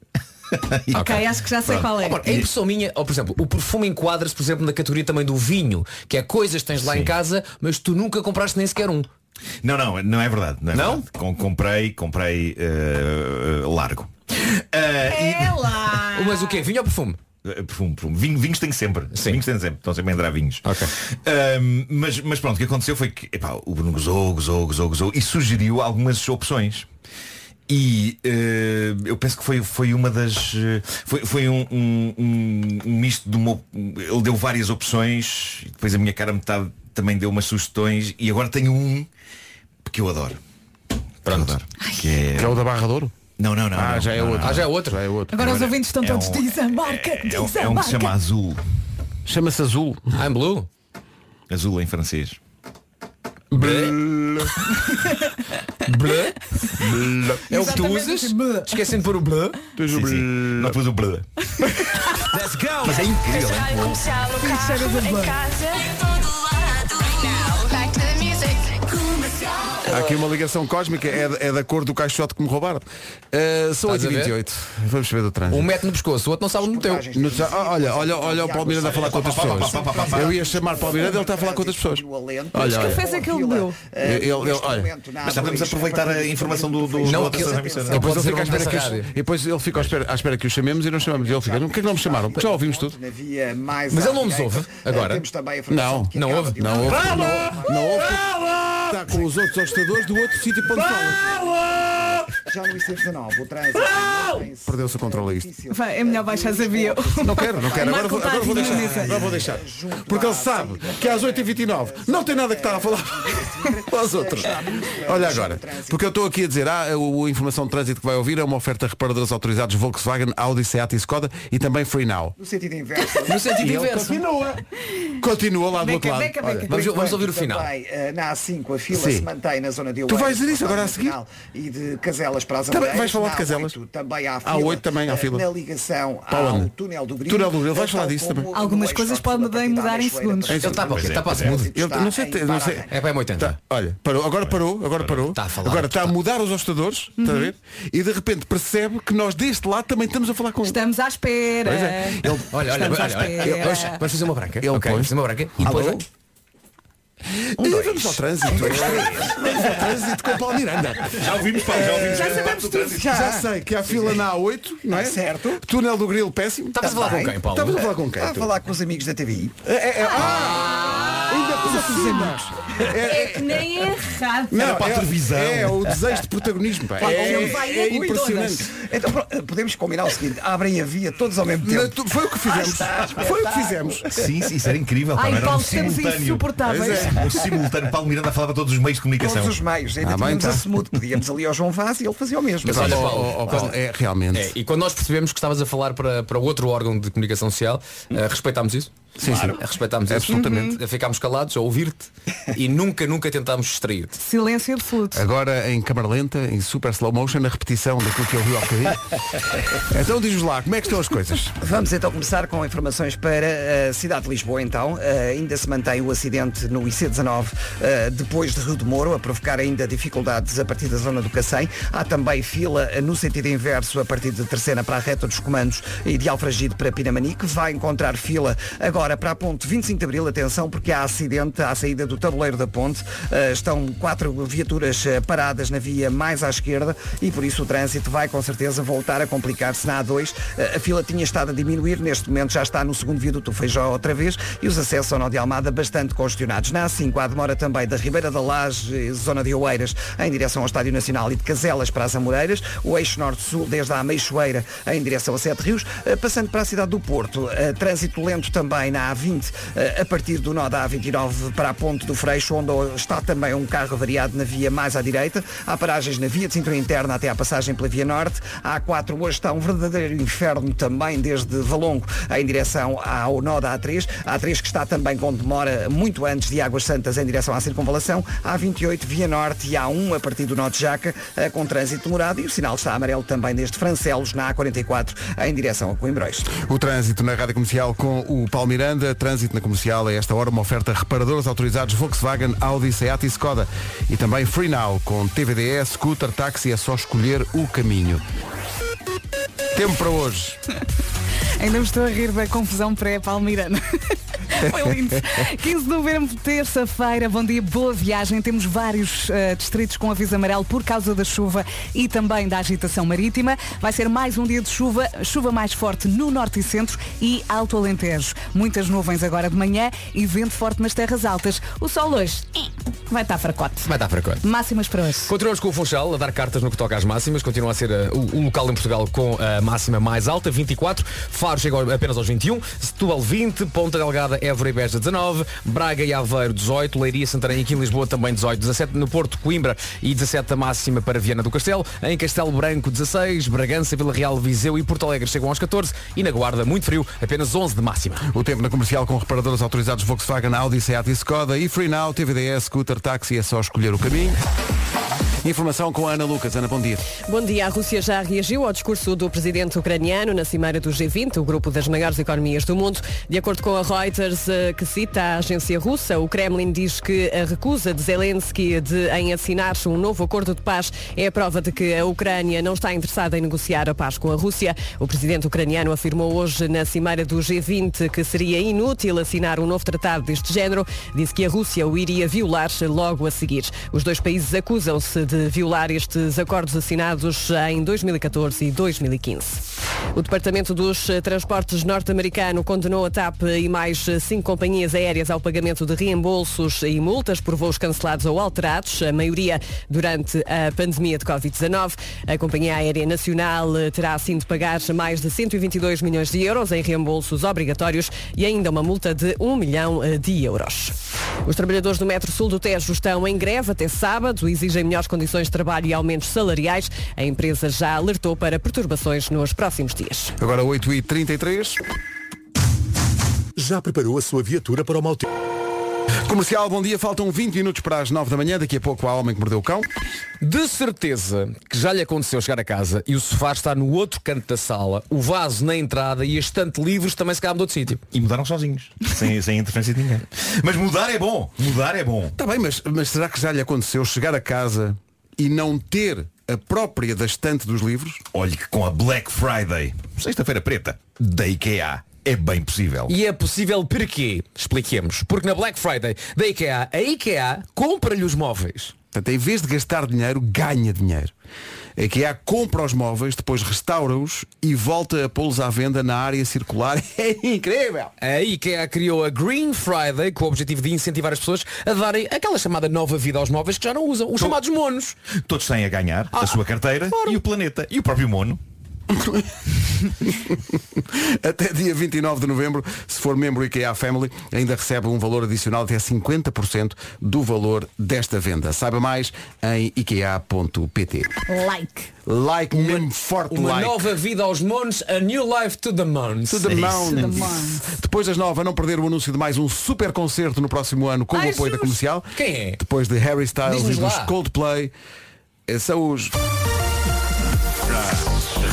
Speaker 4: Ok, acho que já sei qual é.
Speaker 3: Amor, a impressão minha, ou por exemplo, o perfume enquadra-se, por exemplo, na categoria também do vinho, que é coisas que tens lá em casa, mas tu nunca compraste nem sequer um.
Speaker 5: Não, não, não é verdade. Não? é
Speaker 3: Não?
Speaker 5: verdade. Com- comprei, comprei eh, eh, largo. Eh,
Speaker 4: Ela!
Speaker 3: Mas o quê? Vinho ou perfume?
Speaker 5: e- eh, perfume, perfume. Vinho- vinhos tenho sempre.
Speaker 3: Sim.
Speaker 5: Vinhos tenho sempre. Estão sempre a entrar vinhos.
Speaker 3: Ok.
Speaker 5: Ahm, mas, mas pronto, o que aconteceu foi que epá, o Bruno gozou, gozou, gozou, gozou e sugeriu algumas opções. E eh, eu penso que foi, foi uma das. eh, Foi, foi um, um- um- um misto de uma. op- Ele deu várias opções, e depois a minha cara metade também deu umas sugestões e agora tenho um que eu adoro. Pronto. adoro. Que é-
Speaker 1: Que é o da Barra de Ouro?
Speaker 5: Não, não, não.
Speaker 1: Ah,
Speaker 5: não,
Speaker 1: já é
Speaker 5: não,
Speaker 1: outro.
Speaker 5: não.
Speaker 3: Ah, já é outro.
Speaker 1: Já é outro.
Speaker 4: Agora os ouvintes estão
Speaker 5: É
Speaker 4: todos
Speaker 5: um-
Speaker 4: desembarca,
Speaker 5: É, é um-
Speaker 4: desembarca.
Speaker 5: é um que se chama Azul.
Speaker 1: Chama-se Azul.
Speaker 3: I'm Ah, blue.
Speaker 5: Azul em francês.
Speaker 3: Bleu. É o que tu
Speaker 4: Exatamente.
Speaker 3: usas.
Speaker 4: Bleu.
Speaker 3: Esquecendo de pôr o bleu.
Speaker 5: Sim, sim. Não pus o blá.
Speaker 3: Let's go.
Speaker 5: Mas é incrível.
Speaker 1: Há aqui uma ligação cósmica, é, da- é da cor do caixote que me roubaram. Ah, são
Speaker 3: Estás a ver?
Speaker 1: 8h28. Vamos saber do trânsito.
Speaker 3: Um mete no pescoço, o outro não sabe onde meteu.
Speaker 1: No tra- Ah, olha, olha, olha o Paulo Miranda a falar com outras
Speaker 5: Pá, pá, pá,
Speaker 1: pessoas.
Speaker 5: pá, pá, pá, pá.
Speaker 1: Eu ia chamar Paulo Miranda, ele está a falar com outras pessoas. Olha,
Speaker 4: que
Speaker 1: olha.
Speaker 4: cafés é que ele deu?
Speaker 1: Ele- ele- olha.
Speaker 5: Mas já podemos aproveitar a informação do, do,
Speaker 3: Não,
Speaker 5: do
Speaker 3: aquilo-
Speaker 5: outro transmissor, não?
Speaker 3: Eu
Speaker 1: Depois
Speaker 3: posso
Speaker 1: ele, fica
Speaker 3: dizer
Speaker 1: à espera
Speaker 3: onde passa a
Speaker 1: que os-
Speaker 3: rádio.
Speaker 1: e depois ele fica à espera, à espera que os chamemos e não chamamos. E ele fica, "Por que é que não me chamaram? Já ouvimos tudo.
Speaker 2: Navia mais
Speaker 3: Mas
Speaker 2: à
Speaker 3: ele não nos
Speaker 2: direita.
Speaker 3: ouve
Speaker 2: Eh,
Speaker 3: agora?
Speaker 2: Temos também a informação
Speaker 1: Não,
Speaker 2: de que
Speaker 3: não
Speaker 2: acaba
Speaker 3: ouve,
Speaker 2: de um-
Speaker 1: Não ouve, não, não ouve. Está com os outros hostadores do outro sítio para onde fala.
Speaker 2: Já no IC19, o trânsito é em-
Speaker 1: Perdeu-se o controle a isto.
Speaker 2: difícil.
Speaker 4: Vai, é melhor baixar a via.
Speaker 1: Não quero, não quero. Agora
Speaker 4: Marco
Speaker 1: vou,
Speaker 4: está
Speaker 1: agora vou
Speaker 4: diminuindo.
Speaker 1: deixar. Agora vou deixar. Porque ele sabe que às 8h29 não tem nada que estar a falar para os outros. Olha agora. Porque eu estou aqui a dizer, ah, o, a informação de trânsito que vai ouvir é uma oferta de reparadores autorizados Volkswagen, Audi, Seat e Skoda e também Free Now.
Speaker 2: No sentido inverso.
Speaker 3: No sentido
Speaker 1: E ele
Speaker 3: inverso.
Speaker 1: continua. Continua lá do outro
Speaker 4: Beca,
Speaker 1: lado.
Speaker 4: beca, beca.
Speaker 3: Vamos, vamos
Speaker 2: Enquanto
Speaker 3: ouvir o final.
Speaker 2: Também, eh, na A5 a fila
Speaker 1: Sim.
Speaker 2: se mantém na zona de
Speaker 1: Tu
Speaker 2: Oeiras,
Speaker 1: vais dizer isso
Speaker 2: na
Speaker 1: agora a
Speaker 2: zona
Speaker 1: seguir?
Speaker 2: nacional E de Caselas para as
Speaker 1: Também
Speaker 2: Amoreiras.
Speaker 1: vais falar de
Speaker 2: Na
Speaker 1: Caselas?
Speaker 2: A8 Também há
Speaker 1: A
Speaker 2: fila.
Speaker 1: oito também há
Speaker 2: eh,
Speaker 1: fila.
Speaker 2: Na ligação
Speaker 1: Para
Speaker 2: ao
Speaker 1: onde?
Speaker 2: túnel do Bril.
Speaker 1: Túnel do Bril, vais
Speaker 2: eh,
Speaker 1: falar
Speaker 2: tal
Speaker 1: disso
Speaker 2: como
Speaker 1: também.
Speaker 2: no
Speaker 4: Algumas
Speaker 2: eixo
Speaker 4: coisas
Speaker 2: norte da
Speaker 4: podem
Speaker 2: capital,
Speaker 4: mudar em
Speaker 2: na Soeira,
Speaker 4: segundos.
Speaker 2: na
Speaker 3: Ele está para o quê?
Speaker 5: Pois é,
Speaker 3: Está para a
Speaker 5: pois é.
Speaker 3: smooth.
Speaker 1: Eu não sei,
Speaker 2: Está
Speaker 1: te-
Speaker 2: em
Speaker 1: não sei.
Speaker 2: Barra.
Speaker 3: É para a
Speaker 1: Tá,
Speaker 3: 80.
Speaker 1: olha, parou, agora parou, agora parou.
Speaker 3: Está Tá a falar.
Speaker 1: agora está a mudar os hostadores, está a ver?
Speaker 4: Uhum.
Speaker 1: E de repente percebe que nós deste lado também estamos a falar com ele.
Speaker 4: Estamos à espera.
Speaker 1: Pois é. Ele-
Speaker 3: Olha, olha,
Speaker 4: Estamos à
Speaker 3: olha, olha.
Speaker 4: espera.
Speaker 3: Vamos- Vamos fazer uma branca.
Speaker 1: Ele
Speaker 3: ok,
Speaker 1: põe.
Speaker 3: vamos fazer uma branca. E depois
Speaker 1: Alô? e Um, vamos ao trânsito. vamos ao trânsito com o Paulo Miranda.
Speaker 5: Já ouvimos, Paulo, já ouvimos.
Speaker 4: Já sabemos tudo.
Speaker 1: Já, sei que há fila na A8, não é?
Speaker 2: Certo.
Speaker 1: Túnel do Grilo péssimo.
Speaker 3: Estavas a falar com quem, Paulo?
Speaker 1: Estamos a falar com quem?
Speaker 2: Está a
Speaker 1: tu?
Speaker 2: falar com os amigos da TV.
Speaker 1: É, é, é- ah! Ainda por cima. É-
Speaker 4: É que nem é errado.
Speaker 1: não,
Speaker 5: para a
Speaker 1: é-
Speaker 5: televisão.
Speaker 1: É, o desejo de protagonismo. pá. É,
Speaker 4: ele vai
Speaker 1: é
Speaker 4: a doidonas.
Speaker 1: impressionante.
Speaker 2: Então pro- podemos combinar o seguinte, abrem a via todos ao mesmo
Speaker 1: Na-
Speaker 2: tempo.
Speaker 1: tu- Foi o que fizemos. Foi o que fizemos.
Speaker 5: Sim, sim, isso era incrível. pá,
Speaker 4: Ai,
Speaker 5: era
Speaker 4: Paulo,
Speaker 5: um
Speaker 4: estamos
Speaker 5: simultâneo.
Speaker 4: insuportáveis.
Speaker 1: Pois
Speaker 5: Um
Speaker 1: [laughs]
Speaker 5: simultâneo. Paulo Miranda falava todos os meios de comunicação.
Speaker 2: é. Todos os meios, ainda
Speaker 1: Ah, bem,
Speaker 3: então.
Speaker 2: tínhamos
Speaker 1: tá.
Speaker 2: a Smooth, pedíamos ali ao João Vaz e ele fazia o mesmo.
Speaker 3: Mas olha,
Speaker 1: Oh,
Speaker 3: Paulo,
Speaker 1: oh, oh, Paulo, [laughs] é realmente.
Speaker 3: É, e quando nós percebemos que estavas a falar para, para outro órgão de comunicação social, eh, respeitámos isso.
Speaker 1: Sim, sim.
Speaker 3: Eh, Respeitámos isso.
Speaker 1: Absolutamente.
Speaker 3: Uhum. Ficámos calados a ouvir-te e nunca, nunca tentámos distrair-te.
Speaker 4: Silêncio absoluto.
Speaker 1: Agora em câmara lenta, em super slow motion, a repetição daquilo que eu vi ao
Speaker 2: [laughs]
Speaker 1: bocadinho. então diz-nos lá, como é que estão as coisas?
Speaker 2: Vamos então começar com informações para eh, a cidade de Lisboa então. Eh, ainda se mantém o acidente no IC19 eh, depois de Rio de Moro, a provocar ainda dificuldades a partir da zona do Cacém. Há também fila eh, no sentido inverso a partir de Terceira para a reta dos comandos e de Alfragido para Pinamanique. Vai encontrar fila agora para a ponte 25 de Abril. Atenção porque há acidente à saída do tabuleiro da ponte. Eh, estão quatro viaturas eh, paradas na via mais à esquerda e por isso o trânsito vai com certeza voltar a complicar-se na A2. Eh, A fila tinha estado a diminuir, neste momento já está no segundo viaduto do Feijó outra vez e os acessos ao Nó de Almada bastante congestionados. Na A5 há demora também da Ribeira da Laje, eh, zona de Oeiras, em direção ao Estádio Nacional e de Caselas para as Amoreiras, o eixo norte-sul desde a Ameixoeira em direção a Sete Rios, eh, passando para a cidade do Porto. Eh, Trânsito lento também na A20, eh, a partir do nó da A29 para a ponte do Freixo, onde está também um carro variado na via mais à direita. Há paragens na via de cintura interna até à passagem pela via norte. A A4 hoje está um verdadeiro inferno também desde Valongo em direção ao nó da A3. A A3 que está também com demora muito antes de Águas Santas em direção à circunvalação. A A28 via norte e A1 a partir do nó de Jaca eh, com trânsito demorado e o sinal está amarelo também desde Francelos na A44 em direção a Coimbrões.
Speaker 1: O trânsito na Rádio Comercial com o Paulo Miranda. Trânsito na Comercial a esta hora uma oferta reparadores autorizados Volkswagen, Audi, Seat e Skoda. E também Free Now com TVDS, scooter, táxi. É só escolher o caminho. Tempo para hoje.
Speaker 4: Ainda me estou a rir da confusão pré-palmirana. [laughs] Foi lindo. 15 de novembro, terça-feira. Bom dia, boa viagem. Temos vários eh, distritos com aviso amarelo por causa da chuva e também da agitação marítima. Vai ser mais um dia de chuva, chuva mais forte no norte e centro e alto alentejo. Muitas nuvens agora de manhã e vento forte nas terras altas. O sol hoje eh, vai estar fracote.
Speaker 3: Vai dar para quando?
Speaker 4: Máximas para hoje.
Speaker 3: Continuamos com o Funchal a dar cartas no que toca às máximas. Continua a ser uh, o, o local em Portugal com a máxima mais alta, 24. Faro chega ao- apenas aos 21. Setúbal 20. Ponta Delgada, Évora e Beja 19. Braga e Aveiro 18. Leiria, Santarém e aqui em Lisboa também 18. 17 no Porto, Coimbra e 17 a máxima para Viana do Castelo. Em Castelo Branco 16. Bragança, Vila Real, Viseu e Porto Alegre chegam aos 14. E na Guarda, muito frio, apenas 11 de máxima.
Speaker 1: O tempo na comercial com reparadores autorizados Volkswagen, Audi, Seat e Skoda e Free Now, TVDS, Scooter, Táxi, é só escolher o caminho. Informação com a Ana Lucas. Ana, bom dia.
Speaker 9: Bom dia. A Rússia já reagiu ao discurso do presidente ucraniano na cimeira do G20, o grupo das maiores economias do mundo. De acordo com a Reuters, eh, que cita a agência russa, o Kremlin diz que a recusa de Zelensky de, em assinar um novo acordo de paz é a prova de que a Ucrânia não está interessada em negociar a paz com a Rússia. O presidente ucraniano afirmou hoje na cimeira do G20 que seria inútil assinar um novo tratado deste género. Disse que a Rússia o iria violar logo a seguir. Os dois países acusam-se de violar estes acordos assinados em 2014 e 2015. O Departamento dos Transportes norte-americano condenou a TAP e mais cinco companhias aéreas ao pagamento de reembolsos e multas por voos cancelados ou alterados, a maioria durante a pandemia de Covid-19. A Companhia Aérea Nacional eh, terá assim de pagar mais de 122 milhões de euros em reembolsos obrigatórios e ainda uma multa de 1 milhão eh, de euros. Os trabalhadores do Metro Sul do Tejo estão em greve até sábado, exigem melhores condições de trabalho e aumentos salariais. A empresa já alertou para perturbações nos próximos dias.
Speaker 1: Agora 8h33.
Speaker 11: Já preparou a sua viatura para o Malte?
Speaker 1: Comercial, bom dia. Faltam 20 minutos para as 9 da manhã. Daqui a pouco há Homem que Mordeu o Cão.
Speaker 3: De certeza que já lhe aconteceu chegar a casa e o sofá está no outro canto da sala, o vaso na entrada e a estante livros também se calhar mudou de sítio.
Speaker 5: E mudaram sozinhos, sem, sem interferência de ninguém. Mas mudar é bom, mudar é bom.
Speaker 1: Está Tá bem, mas, mas será que já lhe aconteceu chegar a casa e não ter a própria da estante dos livros?
Speaker 5: Olhe que com a Black Friday, sexta-feira preta, da IKEA, é bem possível.
Speaker 3: E é possível porquê? Expliquemos. Porque na Black Friday da IKEA, a IKEA compra-lhe os móveis.
Speaker 1: Portanto, em vez de gastar dinheiro, ganha dinheiro. A IKEA compra os móveis, depois restaura-os e volta a pô-los à venda na área circular. [laughs] É incrível!
Speaker 3: A IKEA criou a Green Friday com o objetivo de incentivar as pessoas a darem aquela chamada nova vida aos móveis que já não usam, os chamados monos.
Speaker 5: Todos têm a ganhar
Speaker 3: Ah,
Speaker 5: a sua carteira
Speaker 3: claro.
Speaker 5: e o planeta e o próprio mono.
Speaker 1: Até dia 29 de novembro, se for membro IKEA Family, ainda recebe um valor adicional de até 50% do valor desta venda. Saiba mais em ikea.pt.
Speaker 4: Like.
Speaker 1: Like mesmo forte
Speaker 3: Uma
Speaker 1: like.
Speaker 3: nova vida aos monos, a new life to the monos.
Speaker 1: To
Speaker 5: É
Speaker 1: the mountains.
Speaker 4: To the mountains.
Speaker 1: Depois das nove, a não perder o anúncio de mais um super concerto no próximo ano com o
Speaker 3: Ai,
Speaker 1: apoio da
Speaker 3: Jesus.
Speaker 1: comercial.
Speaker 3: Quem é?
Speaker 1: Depois de Harry Styles e
Speaker 3: Diz-nos
Speaker 1: dos
Speaker 3: lá.
Speaker 1: Coldplay. eh, São os.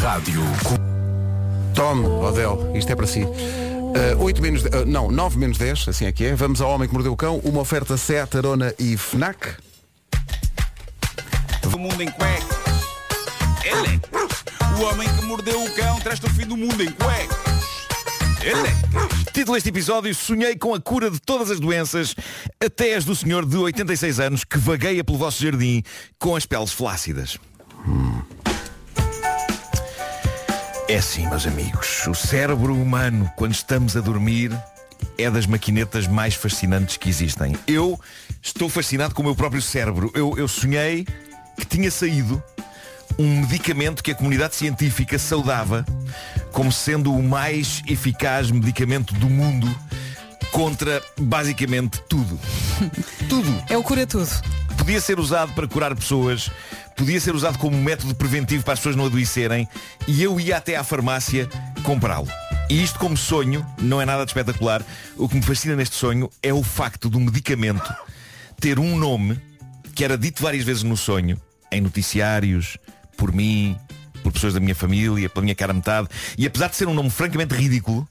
Speaker 5: Rádio.
Speaker 1: Tom, Odell, isto é para si. 8 menos, de- ah, não, 9 menos 10, assim é que é. Vamos ao Homem que Mordeu o Cão, uma oferta Seat, Arona e Fnac.
Speaker 12: do mundo em cueca. Ele é o homem que mordeu o cão traz-te o fim do mundo em cueca. Ele é
Speaker 5: Título deste episódio, sonhei com a cura de todas as doenças, até as do senhor de 86 anos que vagueia pelo vosso jardim com as peles flácidas. É sim, meus amigos. O cérebro humano, quando estamos a dormir, é das maquinetas mais fascinantes que existem. Eu estou fascinado com o meu próprio cérebro. Eu, eu sonhei que tinha saído um medicamento que a comunidade científica saudava como sendo o mais eficaz medicamento do mundo contra basicamente
Speaker 4: [laughs]
Speaker 5: tudo. tudo
Speaker 4: É o cura tudo.
Speaker 5: podia ser usado para curar pessoas, podia ser usado como método preventivo para as pessoas não adoecerem e eu ia até à farmácia comprá-lo. E isto como sonho não é nada de espetacular. O que me fascina neste sonho é o facto do medicamento ter um nome que era dito várias vezes no sonho, em noticiários, por mim, por pessoas da minha família, pela minha cara metade, e apesar de ser um nome francamente ridículo,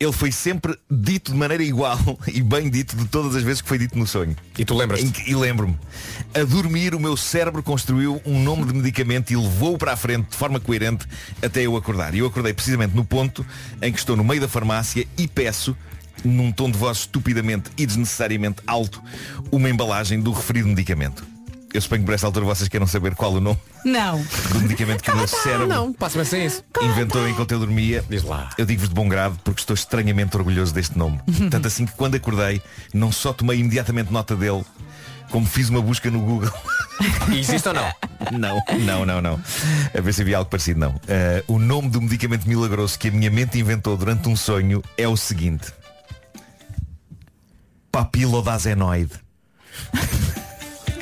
Speaker 5: ele foi sempre dito de maneira igual [laughs] e bem dito de todas as vezes que foi dito no sonho.
Speaker 3: E tu lembras?
Speaker 5: E lembro-me. A dormir, o meu cérebro construiu um nome de medicamento e levou-o para a frente de forma coerente até eu acordar. E eu acordei precisamente no ponto em que estou no meio da farmácia e peço num tom de voz estupidamente e desnecessariamente alto, uma embalagem do referido medicamento. Eu suponho que por esta altura vocês queiram saber qual o nome
Speaker 4: Não.
Speaker 5: do medicamento que o meu cérebro
Speaker 3: Não, passa-me assim isso.
Speaker 5: inventou enquanto eu dormia. Eu digo-vos de bom grado porque estou estranhamente orgulhoso deste nome. Tanto assim que quando acordei, não só tomei imediatamente nota dele, como fiz uma busca no Google.
Speaker 3: E existe ou não?
Speaker 5: Não, não, não, não. A ver se havia algo parecido, não. Eh, o nome do medicamento milagroso que a minha mente inventou durante um sonho é o seguinte. Papilodazenoide.
Speaker 3: [laughs]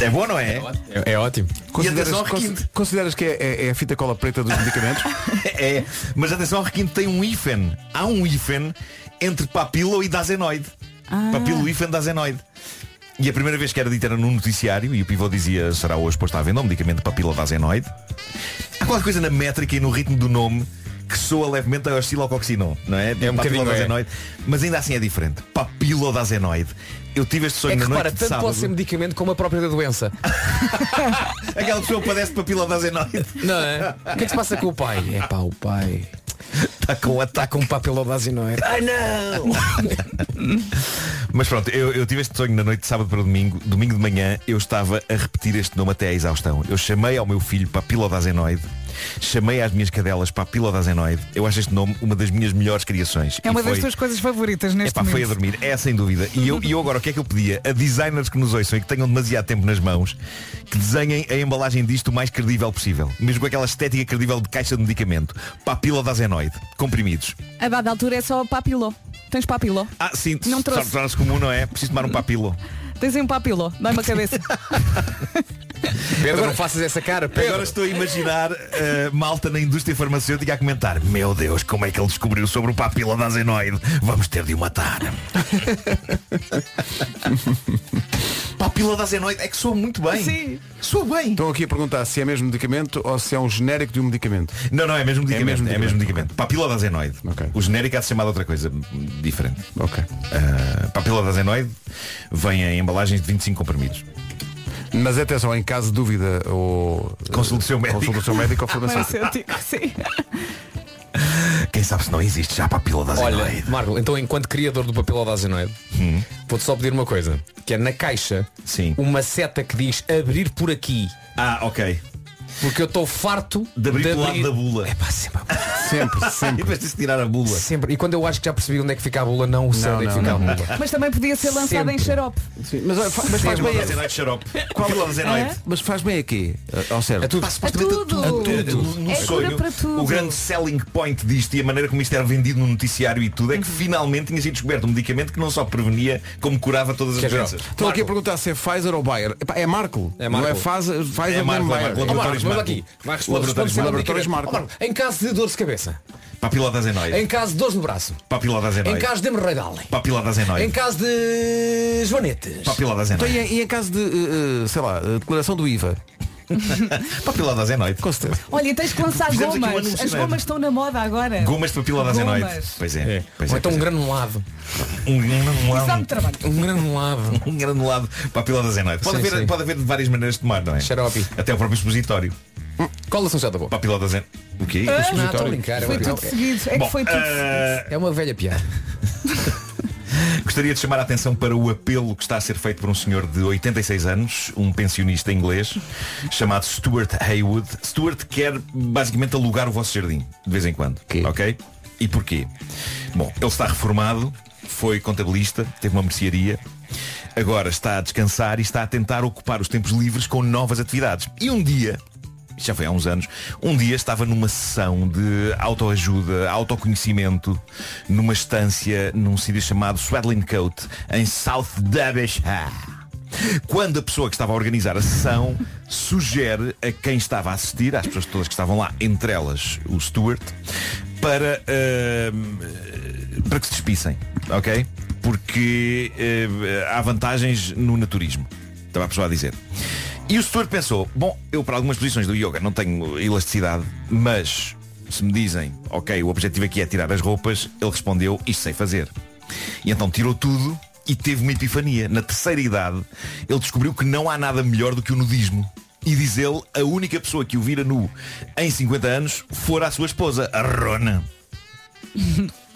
Speaker 5: É bom, não é?
Speaker 3: É, ótimo.
Speaker 1: Consideras,
Speaker 5: atenção ao
Speaker 1: cons-
Speaker 5: requinte.
Speaker 1: consideras que é, é- é a fita cola preta dos medicamentos?
Speaker 5: [laughs] É, mas atenção ao requinte tem um hífen. Há um hífen entre papilo e dazenoide.
Speaker 13: Ah.
Speaker 3: Ah.
Speaker 5: Papilo hífen dazenoide. E a primeira vez que era dita era num noticiário e o pivô dizia será hoje posto à venda um medicamento de papila dazenoide. Há qualquer coisa na métrica e no ritmo do nome que soa levemente a oscilocoxinol, não é?
Speaker 3: É um bocadinho,
Speaker 5: Papilodazenoide. Mas ainda assim é diferente. Papilodazenoide. Eu tive este sonho
Speaker 3: É que
Speaker 5: na noite
Speaker 3: repara,
Speaker 5: de
Speaker 3: tanto
Speaker 5: sábado.
Speaker 3: pode
Speaker 5: [laughs]
Speaker 3: ser medicamento como a própria da doença.
Speaker 5: Aquela pessoa padece de papilodazenoide.
Speaker 3: Não é? O que é que se passa com o pai? É pá, o pai.
Speaker 5: Está com um ataque.
Speaker 3: Está com um papilodazinoide.
Speaker 5: Ai não! [laughs] Mas pronto, eu, eu tive este sonho na noite de sábado para domingo. Domingo de manhã eu estava a repetir este nome até à exaustão. Eu chamei ao meu filho papilodazenoide. Chamei às minhas cadelas papilodazenoide. Eu acho este nome uma das minhas melhores criações.
Speaker 4: É
Speaker 5: E
Speaker 4: uma das
Speaker 5: foi-
Speaker 4: tuas coisas favoritas neste
Speaker 5: Epá, foi a
Speaker 4: momento.
Speaker 5: dormir, é sem dúvida. E eu, e eu agora o que é que eu pedia? A designers que nos ouçam e que tenham demasiado tempo nas mãos, que desenhem a embalagem disto o mais credível possível. Mesmo com aquela estética credível de caixa de medicamento. Papilodazenoide, comprimidos.
Speaker 4: A dada altura é só papiló. Tens papiló.
Speaker 5: Ah, sim,
Speaker 4: Não trouxe.
Speaker 5: só torna-se comum, não é? Preciso tomar um papilo.
Speaker 4: Tens aí um papiló. Dá-me uma
Speaker 5: [laughs]
Speaker 4: cabeça.
Speaker 3: Pedro, não faças essa cara, Pedro.
Speaker 5: Agora estou a imaginar eh, malta na indústria farmacêutica a comentar Meu Deus, como é que ele descobriu sobre o papila da azenoide? Vamos ter de o matar Papila da azenoide, é que soa muito bem
Speaker 4: Sim.
Speaker 5: Soa bem
Speaker 1: Estão aqui a perguntar se é mesmo medicamento ou se é um genérico de um medicamento.
Speaker 5: Não, não, é mesmo
Speaker 1: É
Speaker 5: medicamento, é
Speaker 1: mesmo
Speaker 5: mesmo medicamento, Papila da azenoide
Speaker 1: Ok.
Speaker 5: O genérico há de ser chamado outra coisa hum, diferente
Speaker 1: Ok.
Speaker 5: Eh, Papila da azenoide vem em embalagens de 25 comprimidos
Speaker 1: Mas atenção, em caso de dúvida ou
Speaker 5: Consulte o seu médico.
Speaker 1: Consulte o seu
Speaker 5: [laughs]
Speaker 1: médico ou farmacêutico.
Speaker 4: Farmacêutico, sim.
Speaker 5: Quem sabe se não existe já a papila da
Speaker 3: Olha,
Speaker 5: azenoide
Speaker 3: Marco, então enquanto criador do papilodazinoide, vou-te só pedir uma coisa, que é na caixa
Speaker 5: Hum. Sim.
Speaker 3: uma seta que diz abrir por aqui,
Speaker 5: Ah, ok
Speaker 3: porque eu estou farto
Speaker 5: De abrir pelo lado da bula.
Speaker 3: É pá, sempre,
Speaker 5: [laughs]
Speaker 1: Sempre,
Speaker 5: Em
Speaker 1: sempre.
Speaker 5: vez de se tirar a bula
Speaker 3: sempre. E quando eu acho que já percebi onde é que fica a bula, não sei onde é que
Speaker 1: não,
Speaker 3: fica
Speaker 1: não.
Speaker 3: a bula.
Speaker 4: [laughs]
Speaker 5: [laughs]
Speaker 4: Mas também podia ser lançada em
Speaker 3: Sempre.
Speaker 4: xarope.
Speaker 1: Sim, Mas, olha, fa- mas faz bem,
Speaker 5: Zenoide xarope. Qual é o Zenoide?
Speaker 1: mas faz bem aqui, eh, ao
Speaker 3: É
Speaker 1: certo.
Speaker 3: tudo.
Speaker 4: A tudo.
Speaker 5: No
Speaker 4: É
Speaker 5: Um sonho,
Speaker 4: cura para tudo.
Speaker 5: o grande selling point disto e a maneira como isto era vendido no noticiário e tudo é que
Speaker 1: Uhum.
Speaker 5: finalmente tinha sido descoberto um medicamento que não só prevenia, como curava todas as
Speaker 3: Que é
Speaker 5: doenças.
Speaker 1: Estão aqui a perguntar se é Pfizer ou Bayer. Epá, É Marco.
Speaker 3: É Marco.
Speaker 1: Não é Pfizer, Pfizer
Speaker 5: É Marco,
Speaker 1: nem
Speaker 5: é
Speaker 1: Bayer.
Speaker 5: Marco. Laboratórios
Speaker 3: Ó, Marco, vamos
Speaker 5: Marco.
Speaker 3: aqui. Vai responder.
Speaker 5: Laboratórios
Speaker 3: responde-se
Speaker 1: Marco.
Speaker 3: medicamento.
Speaker 1: Laboratórios Marco.
Speaker 3: Ó, Em caso de dores de cabeça,
Speaker 5: Papilota
Speaker 3: em
Speaker 5: Zenoide.
Speaker 3: caso de dores no braço,
Speaker 5: Papilota
Speaker 3: em
Speaker 5: Zenoide.
Speaker 3: caso de hemorroidal,
Speaker 5: Papilota
Speaker 3: em
Speaker 5: Zenoide.
Speaker 3: caso de joanetes.
Speaker 5: Papilota
Speaker 1: Então, e,
Speaker 5: Zenoide.
Speaker 1: em- e em caso de, eh, eh, sei lá, eh, declaração do
Speaker 5: [laughs]
Speaker 1: IVA?
Speaker 5: Papilota Zenoide.
Speaker 1: Com certeza.
Speaker 4: Olha, tens que lançar
Speaker 5: Fizemos aqui um
Speaker 4: gomas.
Speaker 5: anúncio,
Speaker 4: As
Speaker 5: não é?
Speaker 4: gomas estão na moda agora.
Speaker 5: Gomas de papilota
Speaker 4: Gomas.
Speaker 5: Zenoide. Pois é. Pois
Speaker 3: Ou
Speaker 5: é.
Speaker 3: então
Speaker 5: pois
Speaker 3: um
Speaker 5: é.
Speaker 3: granulado.
Speaker 5: Um granulado.
Speaker 4: Dá-me trabalho.
Speaker 3: [laughs] Um granulado.
Speaker 5: Um granulado papilota Zenoide. Pode
Speaker 3: Sim,
Speaker 5: haver-
Speaker 3: sim.
Speaker 5: pode haver de várias maneiras de tomar, não é?
Speaker 3: Xarope.
Speaker 5: Até o próprio expositório.
Speaker 3: Cola-se um chá da boca.
Speaker 5: Papilota Zenoide. O quê?
Speaker 3: Não, estou a brincar. é
Speaker 4: Foi
Speaker 3: uma-
Speaker 4: tudo seguido. É
Speaker 5: Bom,
Speaker 4: que foi tudo seguido.
Speaker 5: ah,
Speaker 3: É uma velha piada.
Speaker 5: [laughs] Gostaria de chamar a atenção para o apelo que está a ser feito por um senhor de 86 anos, um pensionista inglês, chamado Stuart Haywood. Stuart quer basicamente alugar o vosso jardim, de vez em quando. Ok? E porquê? Bom, ele está reformado, foi contabilista, teve uma mercearia, agora está a descansar e está a tentar ocupar os tempos livres com novas atividades. E um dia, isto já foi há uns anos, um dia estava numa sessão de autoajuda, autoconhecimento, numa estância num sítio chamado Swadlin Coat, em South Derbyshire. Quando a pessoa que estava a organizar a sessão [laughs] sugere a quem estava a assistir, às pessoas todas que estavam lá, entre elas o Stuart, para ahm, para que se despissem, ok? Porque eh, há vantagens no naturismo. Estava a pessoa a dizer. E o setor pensou, bom, eu para algumas posições do yoga não tenho elasticidade, mas Se me dizem, ok, o objetivo aqui é tirar as roupas, ele respondeu, isto sei fazer. E então tirou tudo e teve uma epifania. Na terceira idade, ele descobriu que não há nada melhor do que o nudismo. E diz ele, a única pessoa que o vira nu em 50 anos fora a sua esposa, a Rona.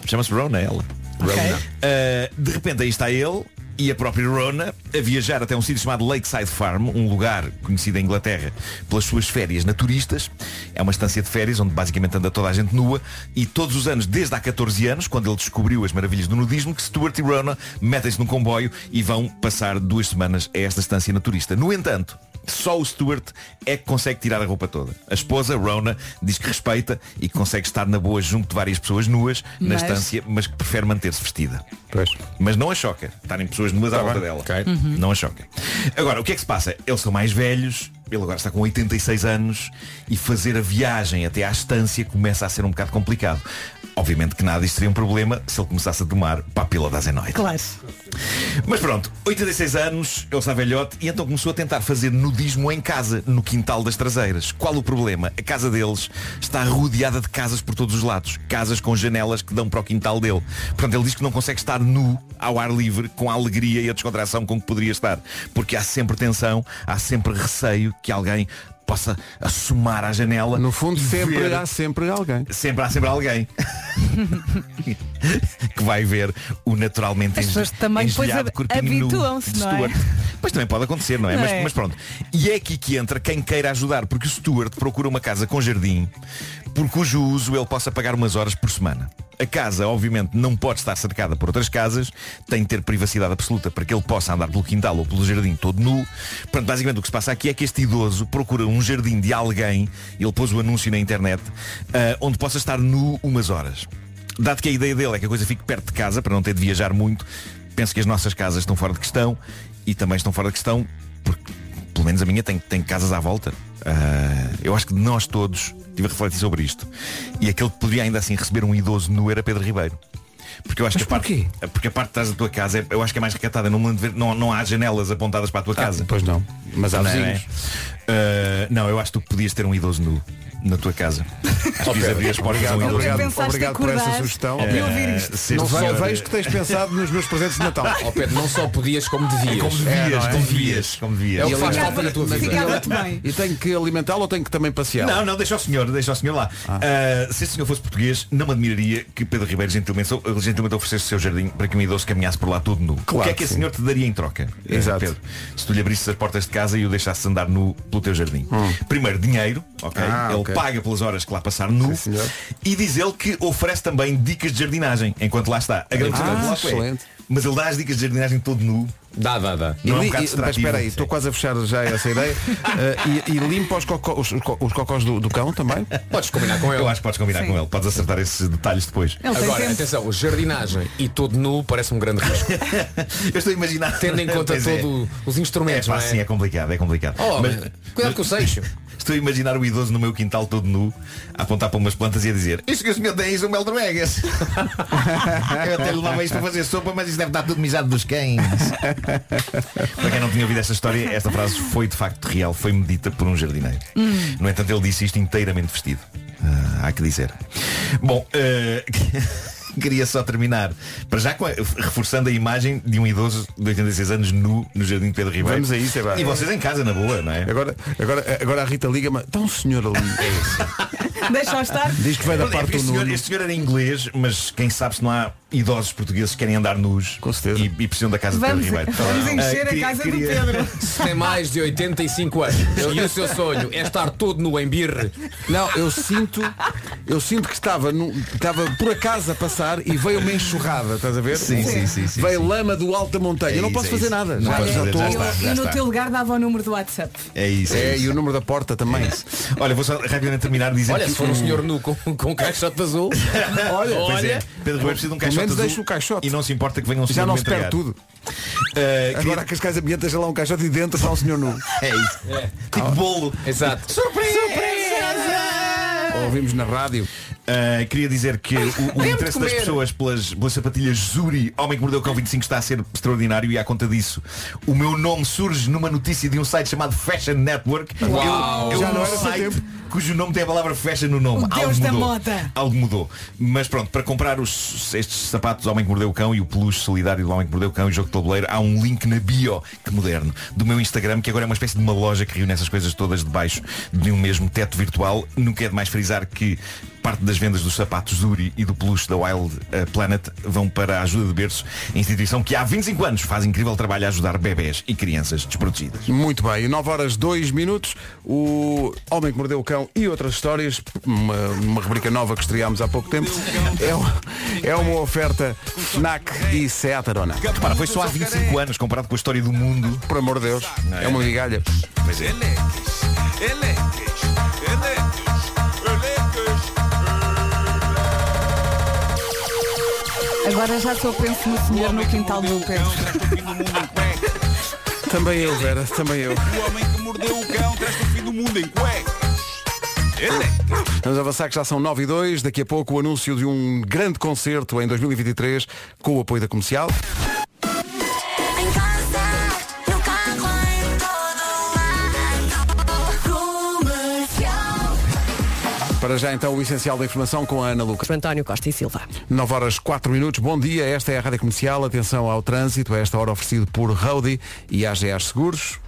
Speaker 5: Chama-se Rona ela. Rona. Uh, de repente aí está ele e a própria Rona a viajar até um sítio chamado Lakeside Farm, um lugar conhecido em Inglaterra pelas suas férias naturistas. É uma estância de férias onde basicamente anda toda a gente nua e todos os anos, desde há 14 anos, quando ele descobriu as maravilhas do nudismo, que Stuart e Rona metem-se num comboio e vão passar duas semanas a esta estância naturista. No entanto, só o Stuart é que consegue tirar a roupa toda. A esposa, Rona, diz que respeita e que consegue estar na boa junto de várias pessoas nuas na
Speaker 14: Mas-
Speaker 5: estância, mas que prefere manter-se vestida. Mas não a choca estarem pessoas nuas à volta dela.
Speaker 14: Uhum.
Speaker 5: Não a choca. Agora, o que é que se passa? Eles são mais velhos, ele agora está com 86 anos e fazer a viagem até à estância começa a ser um bocado complicado. Obviamente que nada, isto seria um problema se ele começasse a tomar papila da azenoide.
Speaker 14: Claro.
Speaker 5: Mas pronto, 86 anos, ele está velhote e então começou a tentar fazer nudismo em casa, no quintal das traseiras. Qual o problema? A casa deles está rodeada de casas por todos os lados, casas com janelas que dão para o quintal dele. Portanto, ele diz que não consegue estar nu ao ar livre com a alegria e a descontração com que poderia estar, porque há sempre tensão, há sempre receio que alguém possa assomar à janela. No fundo,
Speaker 1: Sempre há sempre alguém.
Speaker 5: Sempre há sempre alguém [laughs] que vai ver o naturalmente
Speaker 4: As pessoas
Speaker 5: envi-
Speaker 4: também depois
Speaker 5: engelhado
Speaker 4: hab-
Speaker 5: corpinho nu
Speaker 4: habituam-se,
Speaker 5: de
Speaker 4: não é?
Speaker 5: Stuart. Pois também pode acontecer, não é?
Speaker 4: Não
Speaker 5: mas,
Speaker 4: é?
Speaker 5: mas pronto. E é aqui que entra quem queira ajudar, porque o Stuart procura uma casa com jardim, por cujo uso ele possa pagar umas horas por semana. A casa, obviamente, não pode estar cercada por outras casas, tem de ter privacidade absoluta para que ele possa andar pelo quintal ou pelo jardim todo nu. Portanto, basicamente o que se passa aqui é que este idoso procura um jardim de alguém, ele pôs o anúncio na internet, ah, onde possa estar nu umas horas. Dado que a ideia dele é que a coisa fique perto de casa para não ter de viajar muito, penso que as nossas casas estão fora de questão e também estão fora de questão pelo menos a minha tem, tem casas à volta. Ah, eu acho que de nós todos tive a refletir sobre isto. E aquele que poderia ainda assim receber um idoso nu era Pedro Ribeiro. Porque eu acho que a parte, porque a parte de trás da tua casa é- eu acho que é mais recatada, não, me lembro de ver- não, não há janelas apontadas para a tua casa. Pois não.
Speaker 1: Ah, mas há
Speaker 5: não, é?
Speaker 1: vizinhos.
Speaker 5: Ah, não, eu acho que tu podias ter um idoso nu na tua casa. Acho que
Speaker 1: Pedro,
Speaker 5: abrir as portas a um
Speaker 1: obrigado,
Speaker 5: idoso nu.
Speaker 1: obrigado,
Speaker 5: É.
Speaker 1: Pensaste obrigado por acordar essa sugestão. e ouvir isto.
Speaker 5: sim,
Speaker 1: Não
Speaker 5: senhor.
Speaker 1: vejo que tens pensado nos meus presentes de Natal.
Speaker 3: Ó Pedro, não só podias como devias.
Speaker 1: É como devias,
Speaker 3: É, não é?
Speaker 1: como
Speaker 5: devias, como devias.
Speaker 3: É o que faz falta na tua vida.
Speaker 1: E tenho que alimentá-lo ou tenho que também passeá-lo?
Speaker 5: Não, não, deixa o senhor, deixa o senhor lá. Ah, se este senhor fosse português, não me admiraria que Pedro Ribeiro gentilmente, so- gentilmente oferecesse o seu jardim para que um idoso caminhasse por lá todo nu. o
Speaker 1: Claro
Speaker 5: que é que
Speaker 1: que
Speaker 5: esse
Speaker 1: sim.
Speaker 5: senhor te daria em troca? eh,
Speaker 1: Exato.
Speaker 5: Pedro, se tu lhe abrisses as portas de casa e o deixasses andar nu pelo teu jardim. Primeiro, dinheiro, ok?
Speaker 1: Hum. Ah,
Speaker 5: Ele
Speaker 1: ok.
Speaker 5: paga pelas horas que lá passar nu. e diz ele que oferece também dicas de jardinagem, enquanto lá está. A grande
Speaker 1: Ah,
Speaker 5: questão do bloco é,
Speaker 1: excelente.
Speaker 5: Mas ele dá as dicas de jardinagem todo nu.
Speaker 3: Dá, dá, dá.
Speaker 1: E
Speaker 5: Não é um
Speaker 1: li-
Speaker 5: bocado
Speaker 1: e- mas espera aí,
Speaker 5: distrativo?
Speaker 1: estou quase a fechar já
Speaker 5: [laughs]
Speaker 1: essa ideia. Eh, e, e limpa os, cocó, os, os co- os cocós do, do cão também?
Speaker 3: Podes combinar com ele.
Speaker 5: Eu acho que podes combinar
Speaker 3: Sim.
Speaker 5: É com ele, podes acertar esses detalhes depois.
Speaker 3: Agora, atenção, jardinagem e todo nu parece um grande risco.
Speaker 5: Eu estou a imaginar.
Speaker 3: Tendo em conta
Speaker 5: Pois é.
Speaker 3: todos os instrumentos,
Speaker 5: É, pá,
Speaker 3: não é?
Speaker 5: sim, é complicado, é complicado.
Speaker 3: Oh, mas- cuidado com o seixo.
Speaker 5: [laughs] Estou a imaginar o idoso no meu quintal todo nu, a apontar para umas plantas e a dizer Isto que o senhor tem isso é um meldromegas. Eu até levava isto para
Speaker 6: é
Speaker 5: fazer sopa, mas isso deve estar tudo mijado dos cães. para quem não tinha ouvido esta história, esta frase foi de facto real, foi medita por um jardineiro.
Speaker 14: Hum.
Speaker 5: No entanto, ele disse isto inteiramente vestido. Ah, há que dizer. Bom, eh, [laughs] queria só terminar. Para já com a- reforçando a imagem de um idoso de 86 anos nu no Jardim de Pedro Ribeiro.
Speaker 1: Vamos a isso, é verdade.
Speaker 5: E vocês em casa, na boa, não é?
Speaker 1: Agora, agora, agora a Rita liga-me. Está um senhor ali.
Speaker 4: Deixa-o estar.
Speaker 1: Diz que vai da
Speaker 5: Olha,
Speaker 1: parte do
Speaker 5: este, senhor,
Speaker 1: Nuno.
Speaker 5: este senhor era inglês, mas quem sabe se não há idosos portugueses que querem andar nus Com certeza. E, e precisam da [laughs] casa
Speaker 3: Vamos-
Speaker 5: de [laughs] Pedro Ribeiro.
Speaker 3: [laughs] vamos encher
Speaker 5: Ah,
Speaker 3: a
Speaker 5: queria-
Speaker 3: casa do
Speaker 5: queria-
Speaker 3: Se tem mais de 85 anos e o seu sonho é estar todo no embirre.
Speaker 1: Não, eu sinto, eu sinto que estava, num- estava por acaso a passar e veio uma enxurrada, estás a ver?
Speaker 5: Sim, sim, sim, sim,
Speaker 1: veio lama do alto da montanha.
Speaker 5: É
Speaker 1: eu não
Speaker 5: isso,
Speaker 1: posso
Speaker 5: é
Speaker 1: fazer
Speaker 5: isso.
Speaker 1: nada.
Speaker 5: Não podes fazer,
Speaker 1: estou-
Speaker 5: já está, já
Speaker 4: E no
Speaker 5: está.
Speaker 4: teu lugar dava o número do WhatsApp.
Speaker 5: É isso.
Speaker 1: É, e o número da porta também.
Speaker 5: [laughs] Olha, vou só rapidamente terminar dizendo
Speaker 3: Olha,
Speaker 5: que
Speaker 3: se for um
Speaker 5: o- [laughs]
Speaker 3: senhor nu com, com caixote azul.
Speaker 1: Olha,
Speaker 5: Pois é, Pedro Ribeiro precisa de um
Speaker 1: Pelo
Speaker 5: caixote
Speaker 1: menos
Speaker 5: azul
Speaker 1: deixa o caixote.
Speaker 5: E não se importa que venha um
Speaker 1: Já
Speaker 5: senhor
Speaker 1: não
Speaker 5: me
Speaker 1: se perde
Speaker 5: entregar.
Speaker 1: tudo.
Speaker 5: Ah,
Speaker 1: Agora a Cascais Ambiente deixa lá um caixote e dentro está um senhor nu.
Speaker 5: É isso. Tipo bolo.
Speaker 3: Exato.
Speaker 1: Surpresa! Ouvimos na rádio.
Speaker 5: Ah, queria dizer que o, o
Speaker 14: Deve
Speaker 5: interesse das
Speaker 14: comer.
Speaker 5: pessoas pelas, pelas sapatilhas Zuri, Homem que Mordeu o Cão 25, está a ser extraordinário e à conta disso, o meu nome surge numa notícia de um site chamado Fashion Network.
Speaker 14: Uau.
Speaker 5: Eu, eu
Speaker 14: Já
Speaker 5: um
Speaker 14: não era
Speaker 5: site
Speaker 14: para tempo.
Speaker 5: cujo nome tem a palavra fashion no nome.
Speaker 14: O deus
Speaker 5: Algo
Speaker 14: da
Speaker 5: mudou.
Speaker 14: moda.
Speaker 5: Algo mudou. Mas pronto, para comprar os, estes sapatos do Homem que Mordeu o Cão e o peluche solidário do Homem que Mordeu o Cão e o jogo de tabuleiro, há um link na bio, que moderno, do meu Instagram, que agora é uma espécie de uma loja que reúne essas coisas todas debaixo de um mesmo teto virtual. Nunca é demais frisar que parte das vendas dos sapatos Zuri e do peluche da Wild eh, Planet vão para a Ajuda de Berço, instituição que há 25 anos faz incrível trabalho a ajudar bebés e crianças desprotegidas.
Speaker 1: Muito bem, 9 horas 2 minutos, o Homem que Mordeu o Cão e outras histórias, uma, uma rubrica nova que estreámos há pouco tempo, é, um- é uma oferta FNAC e Seat Arona.
Speaker 5: Repara, foi só há 25 anos comparado com a história do mundo.
Speaker 1: Por amor de Deus, é uma migalha.
Speaker 5: Pois é.
Speaker 4: Agora já só penso no senhor no quintal do Pedro.
Speaker 1: Também eu, Vera, também eu.
Speaker 12: O homem que mordeu o cão um traz-te o fim do mundo em cuecas. Ele é
Speaker 1: Vamos avançar que já são 9 e 2, daqui a pouco o anúncio de um grande concerto em 2023 com o apoio da comercial. Para já então o essencial da informação com a Ana Lucas.
Speaker 9: António Costa e Silva.
Speaker 1: 9 horas 4 minutos, bom dia, esta é a Rádio Comercial, atenção ao trânsito, a esta hora oferecido por Rody e AGA Seguros.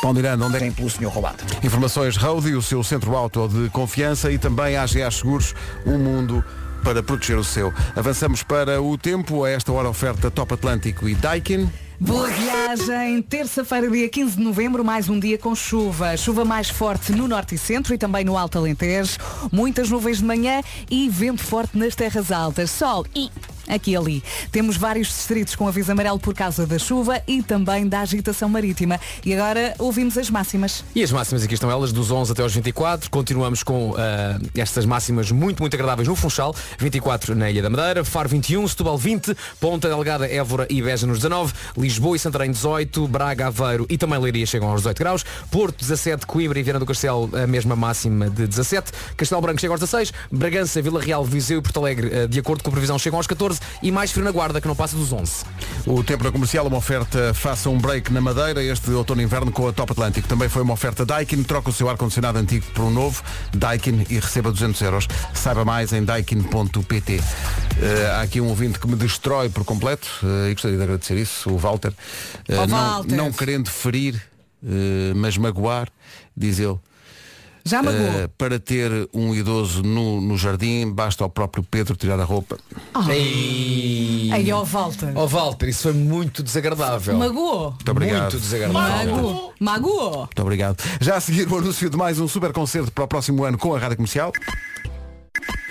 Speaker 1: Pão de Iranda, onde é?
Speaker 2: pelo senhor roubado.
Speaker 1: Informações Rody, o seu centro auto de confiança e também AGA Seguros, um mundo para proteger o seu. Avançamos para o tempo, a esta hora oferta Top Atlântico e Daikin.
Speaker 4: Boa viagem, terça-feira, dia 15 de novembro, mais um dia com chuva. Chuva mais forte no norte e centro e também no Alto Alentejo. Muitas nuvens de manhã e vento forte nas terras altas. Sol e aqui e ali. Temos vários distritos com aviso amarelo por causa da chuva e também da agitação marítima. E agora ouvimos as máximas.
Speaker 3: E as máximas aqui estão elas, dos 11 até aos 24. Continuamos com ah, estas máximas muito, muito agradáveis no Funchal. 24 na Ilha da Madeira, Faro 21, Setúbal 20, Ponta Delgada, Évora e Beja nos 19, Lisboa e Santarém 18, Braga, Aveiro e também Leiria chegam aos 18 graus, Porto 17, Coimbra e Viana do Castelo a mesma máxima de 17, Castelo Branco chega aos 16, Bragança, Vila Real, Viseu e Porto Alegre, ah, de acordo com a previsão, chegam aos 14 e mais frio na Guarda, que não passa dos 11.
Speaker 1: O tempo na comercial, uma oferta faça um break na Madeira este outono e inverno com a Top Atlântico. Também foi uma oferta Daikin, troca o seu ar-condicionado antigo por um novo Daikin e receba 200 euros. Saiba mais em daikin.pt. Eh, há aqui um ouvinte que me destrói por completo eh, e gostaria de agradecer isso, o Walter. Eh,
Speaker 4: Oh,
Speaker 1: não,
Speaker 4: Walter.
Speaker 1: não querendo ferir, eh, mas magoar, diz ele.
Speaker 4: Já magoou?
Speaker 1: Eh, para ter um idoso no, no jardim, basta ao próprio Pedro tirar a roupa.
Speaker 4: Oh.
Speaker 3: Ei.
Speaker 4: Aí, ó, Walter.
Speaker 3: Ó Oh, Walter, isso foi muito desagradável.
Speaker 4: Magoou?
Speaker 1: Muito obrigado.
Speaker 3: Muito
Speaker 1: é
Speaker 3: desagradável.
Speaker 4: Magoou. Magoou.
Speaker 1: Muito obrigado. Já a seguir o anúncio de mais um super concerto para o próximo ano com a Rádio Comercial.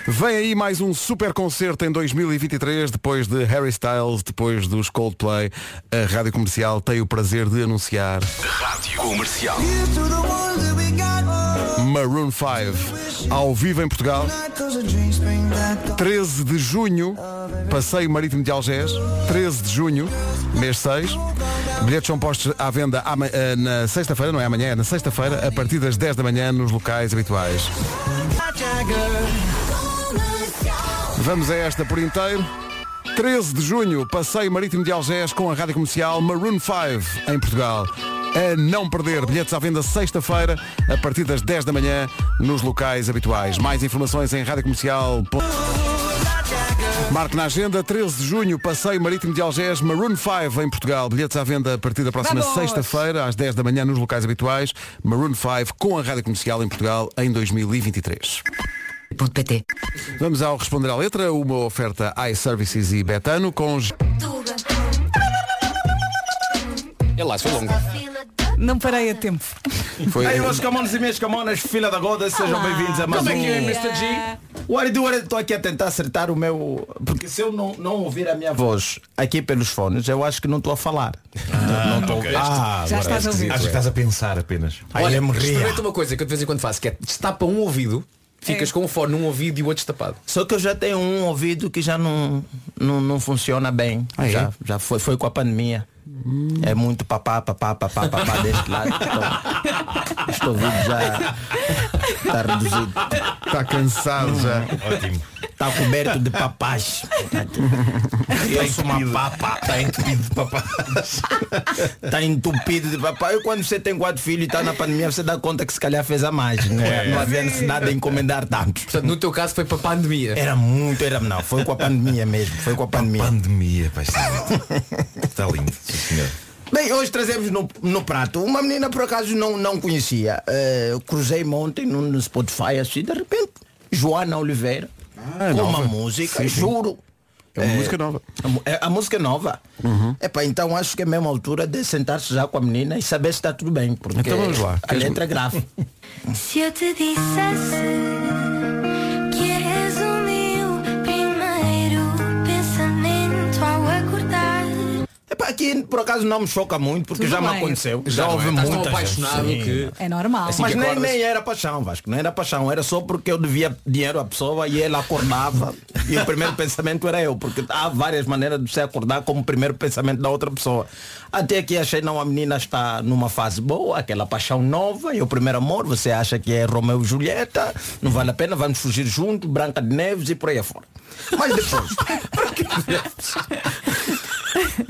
Speaker 1: Vem aí mais um super concerto em 2023, depois de Harry Styles, depois dos Coldplay. A Rádio Comercial tem o prazer de anunciar
Speaker 12: Rádio Comercial.
Speaker 1: Maroon 5, ao vivo em Portugal, 13 de junho, Passeio Marítimo de Algés, 13 de junho, mês 6. Bilhetes são postos à venda ama- eh, na sexta-feira, não é amanhã, é na sexta-feira, a partir das 10 da manhã nos locais habituais. Vamos a esta por inteiro. 13 de junho, passeio marítimo de Algés com a rádio comercial Maroon 5 em Portugal. A não perder, bilhetes à venda sexta-feira, a partir das 10 da manhã, nos locais habituais. Mais informações em rádio comercial. Marque na agenda, 13 de junho, passeio marítimo de Algés, Maroon 5 em Portugal. Bilhetes à venda a partir da próxima
Speaker 14: Vamos!
Speaker 1: sexta-feira, às 10 da manhã, nos locais habituais. Maroon 5 com a rádio comercial em Portugal em 2023. Vamos ao responder à letra, uma oferta iServices e Betano com.
Speaker 3: É lá, foi longo.
Speaker 4: Não parei a tempo.
Speaker 1: Foi-
Speaker 6: Hey, meus camones e minhas camonas, filha da goda, sejam
Speaker 4: Olá.
Speaker 6: bem-vindos a mais
Speaker 4: Como
Speaker 6: um...
Speaker 4: é que é, Mr. G?
Speaker 6: O Ari Duarte, estou aqui a tentar acertar o meu... Porque se eu não, não ouvir a minha voz aqui pelos fones, eu acho que não estou a falar. não estou
Speaker 5: ok. Já
Speaker 6: Ah, agora
Speaker 5: estás
Speaker 6: é
Speaker 5: a ouvir.
Speaker 6: esquisito,
Speaker 5: Acho que
Speaker 6: é.
Speaker 5: estás a pensar apenas.
Speaker 6: Olha,
Speaker 3: Olha,
Speaker 6: morria.
Speaker 3: experimenta uma coisa que eu de vez em quando faço, que é destapa um ouvido, ficas com um fone num ouvido e o outro destapado.
Speaker 6: Só que eu já tenho um ouvido que já não, não, não funciona bem.
Speaker 3: é?
Speaker 6: já já foi, É foi com a pandemia. É muito papá, papá, papá, papá deste lado. Então, [laughs] Este ouvido já está reduzido. Hum,
Speaker 1: Está cansado já.
Speaker 6: Ótimo. Está coberto de papás. Eu sou uma papa. Está entupido de papás. Está entupido de papás. E quando você tem quatro filhos e está na pandemia, você dá conta que se calhar fez a mais. Não, é?
Speaker 3: É.
Speaker 6: não havia necessidade de encomendar tantos.
Speaker 3: Portanto, no teu caso foi para a pandemia.
Speaker 6: Era muito, era não. Foi com a pandemia mesmo. Foi com a pandemia.
Speaker 5: Pandemia, pai.
Speaker 1: é
Speaker 5: Está lindo, sim, senhor.
Speaker 6: Bem, hoje trazemos no, no prato uma menina por acaso não, não conhecia. Eh, cruzei-me ontem no, no Spotify assim, de repente, Joana Oliveira,
Speaker 1: é
Speaker 6: com
Speaker 1: nova.
Speaker 6: uma música,
Speaker 1: Sim, sim.
Speaker 6: juro. Eh,
Speaker 1: É uma música nova.
Speaker 6: A, mu- é- a música é nova. Epá, então acho que é mesmo a altura de sentar-se já com a menina e saber se está tudo bem. Porque
Speaker 1: Então vamos lá.
Speaker 6: a letra é grave.
Speaker 8: Se eu te dissesse que eres o meu primeiro pensamento ao acordar.
Speaker 6: Epá, aqui por acaso não me choca muito, porque
Speaker 8: Tudo
Speaker 6: já me
Speaker 8: bem.
Speaker 6: aconteceu.
Speaker 3: Já
Speaker 6: Já,
Speaker 3: não é?
Speaker 6: houve
Speaker 3: Estás tão
Speaker 6: muita gente.
Speaker 3: apaixonado
Speaker 6: Sim.
Speaker 3: que-
Speaker 4: É normal.
Speaker 6: Mas nem,
Speaker 4: é
Speaker 6: nem era paixão, Vasco, não era paixão, era só porque eu devia dinheiro à pessoa e ela acordava. e o primeiro pensamento era eu, porque há várias maneiras de você acordar como o primeiro pensamento da outra pessoa. Até que achei, não, a menina está numa fase boa, aquela paixão nova, e o primeiro amor, você acha que é Romeu e Julieta, não vale a pena, vamos fugir junto, Branca de Neves e por aí afora. Mas depois.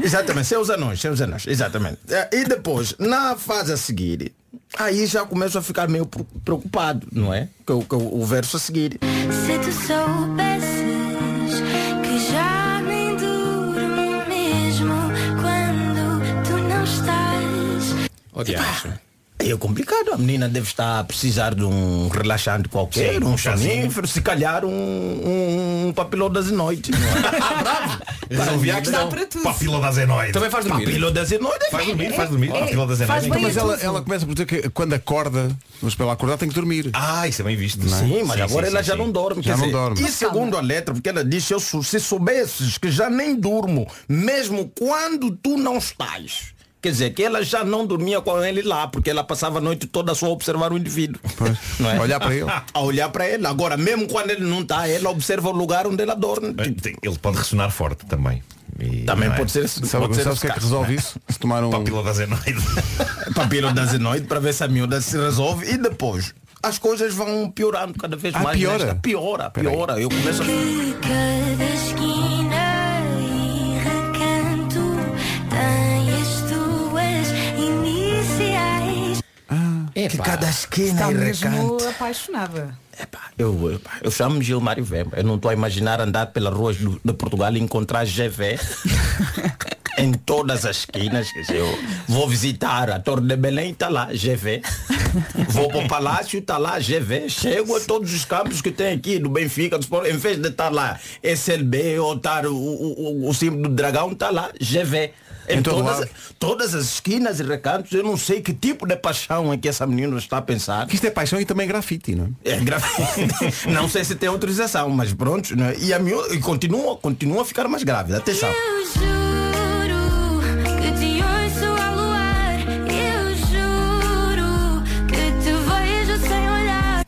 Speaker 6: Exatamente, seus anões, seus anões, exatamente. Eh, E depois, na fase a seguir, aí já começo a ficar meio pre- preocupado, não é? Com, com o verso a seguir.
Speaker 8: Se tu soubesses que já nem durmo mesmo quando tu não estás.
Speaker 6: Epá, Aí é complicado, a menina deve estar a precisar de um relaxante qualquer,
Speaker 5: Sim,
Speaker 6: um
Speaker 5: um chazinho.
Speaker 6: sonífero, se calhar um, um, um papilodas de noite. não
Speaker 5: [laughs]
Speaker 6: é?
Speaker 5: Resolvi a questão. Papila da Zenoide.
Speaker 3: Também faz dormir. É.
Speaker 6: Papila da Zenoide.
Speaker 5: Faz dormir, faz dormir. Papila da
Speaker 4: faz
Speaker 5: Zenoide.
Speaker 4: bem
Speaker 1: Mas
Speaker 4: a
Speaker 1: ela,
Speaker 4: tudo.
Speaker 1: ela começa por dizer que quando acorda, mas para ela acordar tem que dormir.
Speaker 5: Ah, isso é bem visto. não é?
Speaker 6: Sim, mas agora
Speaker 5: sim,
Speaker 6: ela
Speaker 5: sim,
Speaker 6: já
Speaker 5: sim.
Speaker 6: não dorme.
Speaker 1: Já
Speaker 6: quer
Speaker 1: não
Speaker 6: dizer,
Speaker 1: dorme.
Speaker 6: E segundo a letra, porque ela diz, eu, sou- se soubesses que já nem durmo, mesmo quando tu não estás. Quer dizer, que ela já não dormia com ele lá, porque ela passava a noite toda só a observar o indivíduo. Não é?
Speaker 1: Olhar para ele.
Speaker 6: [laughs] A olhar para ele. Agora, mesmo quando ele não está, ela observa o lugar onde ela dorme.
Speaker 5: Bem, tem- Ele pode ressonar forte também. E-
Speaker 6: Também
Speaker 5: não é?
Speaker 6: pode ser
Speaker 1: Sabe,
Speaker 6: pode ser
Speaker 1: sabe o que é que
Speaker 6: esse caso.
Speaker 1: resolve
Speaker 6: [laughs]
Speaker 1: isso? Se tomar um.
Speaker 5: Papila da Zenoide.
Speaker 6: Papiro da zenoide para ver se a miúda se resolve e depois as coisas vão piorando cada vez
Speaker 1: Ah,
Speaker 6: mais.
Speaker 1: piora?
Speaker 6: nesta- Piora,
Speaker 1: Peraí.
Speaker 6: piora. Eu começo a
Speaker 8: Que cada esquina e recanto tem as tuas iniciais.
Speaker 6: Ah, Que cada esquina
Speaker 4: Está
Speaker 6: e
Speaker 4: mesmo
Speaker 6: recanto.
Speaker 4: apaixonada.
Speaker 6: Epá, Eu, epá, eu chamo-me Gilmar Ivema. Eu não estou a imaginar andar pelas ruas do- de Portugal e encontrar
Speaker 1: [laughs]
Speaker 6: GV em todas as esquinas. Quer dizer, Eu vou visitar a Torre de Belém, está lá, GV. Vou para o Palácio, está lá, GV. Chego a todos os campos que tem aqui do Benfica, do Sport. Em vez de estar lá SLB ou estar o, o, o- o símbolo do dragão, está lá, GV. Em
Speaker 1: Em todo
Speaker 6: todas,
Speaker 1: lado.
Speaker 6: todas as esquinas e recantos, eu não sei que tipo de paixão é que essa menina está a pensar.
Speaker 1: Que isto é paixão e também grafite, não é?
Speaker 6: É grave. [laughs] não sei se tem autorização, mas pronto. Né? E a miúda e continua, continua a ficar mais grávida. Atenção.
Speaker 8: Eu juro que te ouço ao luar. Eu juro que te vejo sem olhar.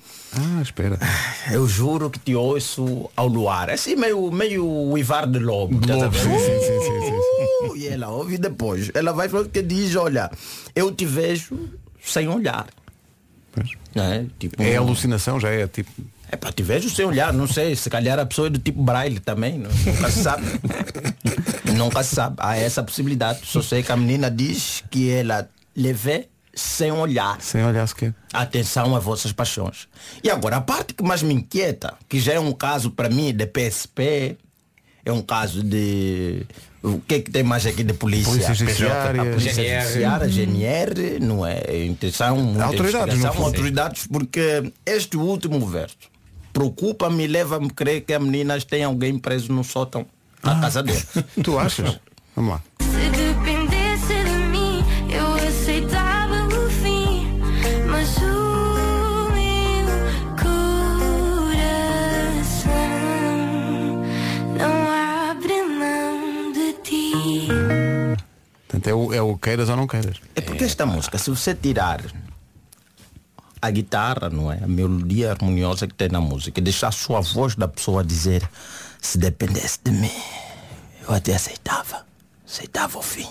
Speaker 1: Ah, espera.
Speaker 6: [sighs] Eu juro que te ouço ao luar. Assim meio, meio o Ivar de Lobo. estás a ver?
Speaker 1: Sim, sim, sim, sim, sim.
Speaker 6: Uh, E ela ouve depois. Ela vai falando que diz, olha, eu te vejo sem olhar.
Speaker 1: Pois.
Speaker 6: Né? Tipo,
Speaker 1: É alucinação, já é tipo.
Speaker 6: É pá, te vejo sem olhar, não sei, se calhar a pessoa é do tipo braille também, não- nunca se sabe.
Speaker 1: [laughs]
Speaker 6: nunca se sabe, há essa possibilidade. Só sei que a menina diz que ela lhe vê sem olhar.
Speaker 1: Sem olhar sequer.
Speaker 6: Atenção às vossas paixões. E agora, a parte que mais me inquieta, que já é um caso para mim de PSP, é um caso de. O que é que tem mais aqui de polícia?
Speaker 1: Polícia
Speaker 6: A
Speaker 1: Judiciária.
Speaker 6: polícia
Speaker 3: GNR.
Speaker 6: judiciária, GNR, não é? Intenção, muita
Speaker 1: Autoridades,
Speaker 6: investigação,
Speaker 1: no fundo.
Speaker 6: autoridades, porque este último verso preocupa-me e leva-me a crer que a menina tem alguém preso no sótão na casa dele.
Speaker 1: Ah. [laughs] Tu achas? Vamos lá.
Speaker 8: Se dependesse de mim, eu aceitava o fim. Mas o meu coração não abre mão de ti.
Speaker 1: Portanto, é o, é o queiras ou não queiras.
Speaker 6: É porque esta música, se você tirar a guitarra, não é? A melodia harmoniosa que tem na música, e deixar a sua voz da pessoa dizer, se dependesse de mim, eu até aceitava, aceitava o fim.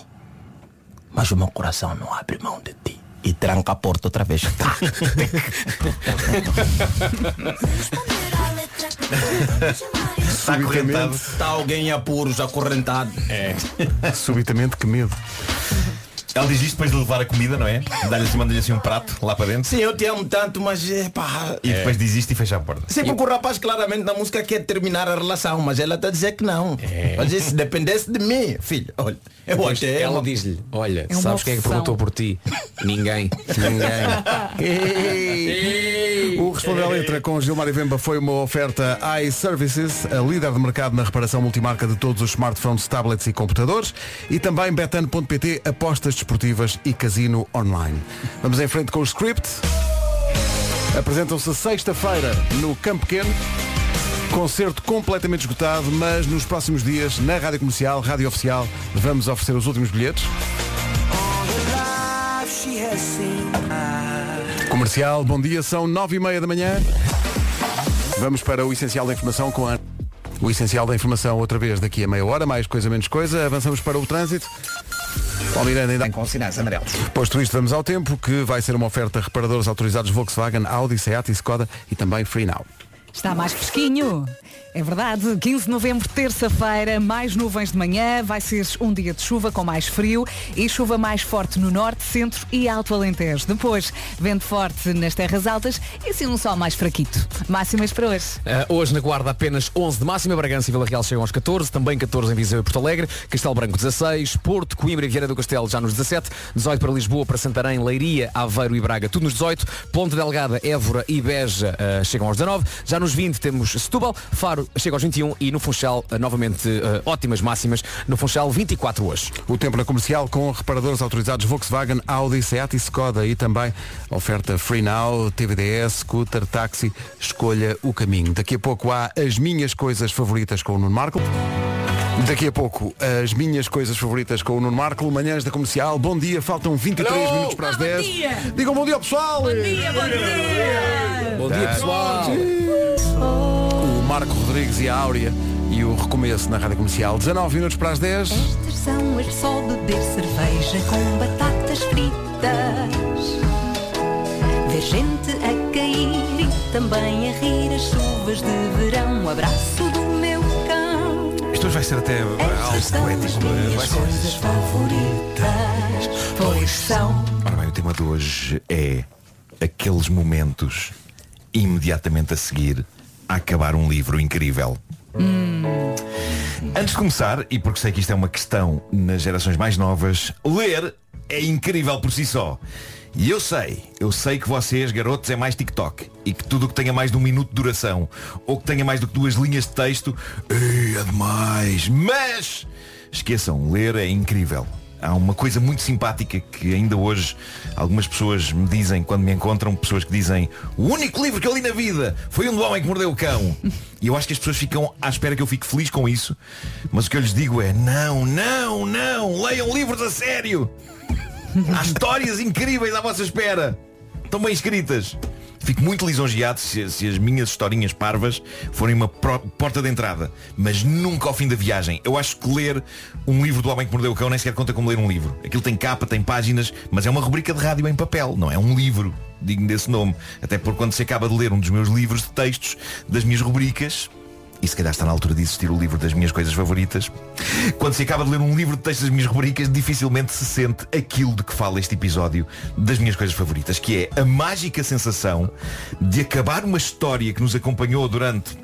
Speaker 6: Mas o meu coração não abre mão de ti. e tranca a porta outra vez. [laughs] Está acorrentado. Está alguém a puros acorrentado. É.
Speaker 1: Subitamente que medo.
Speaker 5: Ela diz isto depois de levar a comida, não é? Dá-lhe assim, manda-lhe assim um prato lá para dentro.
Speaker 6: Sim, eu te amo tanto, mas eh, pá.
Speaker 5: E depois diz isto e fecha a porta.
Speaker 6: Sim, porque o um rapaz claramente na música quer terminar a relação, mas ela está a dizer que não. Mas se dependesse de mim, filho, olha, eu
Speaker 3: É. Depois
Speaker 6: achei
Speaker 3: Ela diz-lhe, olha,
Speaker 6: É uma
Speaker 3: sabes quem é que
Speaker 6: opção.
Speaker 3: perguntou por ti? Ninguém.
Speaker 1: O Responder à Letra com Gilmar e Vemba foi uma oferta iServices, a líder de mercado na reparação multimarca de todos os smartphones, tablets e computadores, e também betano.pt, apostas desportivas e casino online. Vamos em frente com o script. Apresentam-se sexta-feira no Campo Pequeno. Concerto completamente esgotado, mas nos próximos dias, na Rádio Comercial, Rádio Oficial, vamos oferecer os últimos bilhetes. Comercial, bom dia, são nove e meia da manhã. Vamos para o Essencial da Informação com a Ana. O Essencial da Informação, outra vez, daqui a meia hora, mais coisa, menos coisa. Avançamos para o trânsito. Paulo Miranda ainda
Speaker 2: com sinais amarelos.
Speaker 1: Posto isto, vamos ao tempo, que vai ser uma oferta a reparadores autorizados Volkswagen, Audi, Seat e Skoda e também Free Now.
Speaker 4: Está mais fresquinho. É verdade, 15 de novembro, terça-feira, mais nuvens de manhã, vai ser um dia de chuva com mais frio e chuva mais forte no norte, centro e alto Alentejo. Depois, vento forte nas terras altas e sim um sol mais fraquito. Máximas para hoje.
Speaker 3: Ah, hoje na Guarda apenas 11 de máxima, Bragança e Vila Real chegam aos 14, também 14 em Viseu e Porto Alegre, Castelo Branco 16, Porto, Coimbra e Vieira do Castelo já nos 17, 18 para Lisboa, para Santarém, Leiria, Aveiro e Braga, tudo nos 18, Ponte Delgada, Évora e Beja ah, chegam aos 19, já nos 20 temos Setúbal, Faro chega aos 21 e no Funchal ah, novamente ah, ótimas máximas, no Funchal 24 hoje.
Speaker 1: O tempo na comercial com reparadores autorizados Volkswagen, Audi, Seat e Skoda e também oferta Free Now, TVDS, scooter, táxi, escolha o caminho. Daqui a pouco há as minhas coisas favoritas com o Nuno Marco. Daqui a pouco, as minhas coisas favoritas com o Nuno Marco, manhãs da comercial. Bom dia, faltam 23
Speaker 3: Alô!
Speaker 1: minutos
Speaker 14: Ah,
Speaker 1: para as
Speaker 3: Bom
Speaker 1: 10.
Speaker 3: dia!
Speaker 1: Digam bom dia, ao pessoal! Bom
Speaker 4: dia, bom dia!
Speaker 3: Bom dia, pessoal!
Speaker 1: O Marco Rodrigues e a Áurea e o recomeço na rádio comercial. 19 minutos para as 10.
Speaker 14: Estas são as de só beber cerveja com batatas fritas. Ver gente a cair e também a rir as chuvas de verão. O abraço do meu cão.
Speaker 5: Isto hoje vai ser até uh, algo poético. uh, Vai ser.
Speaker 14: Favoritas, pois são.
Speaker 5: Ora bem, o tema de hoje é aqueles momentos imediatamente a seguir a acabar um livro incrível. Antes de começar, e porque sei que isto é uma questão nas gerações mais novas, ler é incrível por si só. E eu sei, eu sei que vocês, garotos, é mais TikTok e que tudo o que tenha mais de um minuto de duração ou que tenha mais do que duas linhas de texto "Ei, é demais. Mas esqueçam, ler é incrível. Há uma coisa muito simpática que ainda hoje algumas pessoas me dizem quando me encontram, pessoas que dizem o único livro que eu li na vida foi um do homem que mordeu o cão. E eu acho que as pessoas ficam à espera que eu fique feliz com isso. Mas o que eu lhes digo é não, não, não, leiam livros a sério. [laughs] Há histórias incríveis à vossa espera. Estão bem escritas. Fico muito lisonjeado se, se as minhas historinhas parvas forem uma pro- porta de entrada, mas nunca ao fim da viagem. Eu acho que ler um livro do Homem que Mordeu o Cão nem sequer conta como ler um livro. Aquilo tem capa, tem páginas, mas é uma rubrica de rádio em papel, não é um livro digno desse nome. Até porque quando se acaba de ler um dos meus livros de textos das minhas rubricas, e se calhar está na altura de existir o livro das minhas coisas favoritas. Quando se acaba de ler um livro de textos das minhas rubricas, dificilmente se sente aquilo de que fala este episódio das minhas coisas favoritas, que é a mágica sensação de acabar uma história que nos acompanhou durante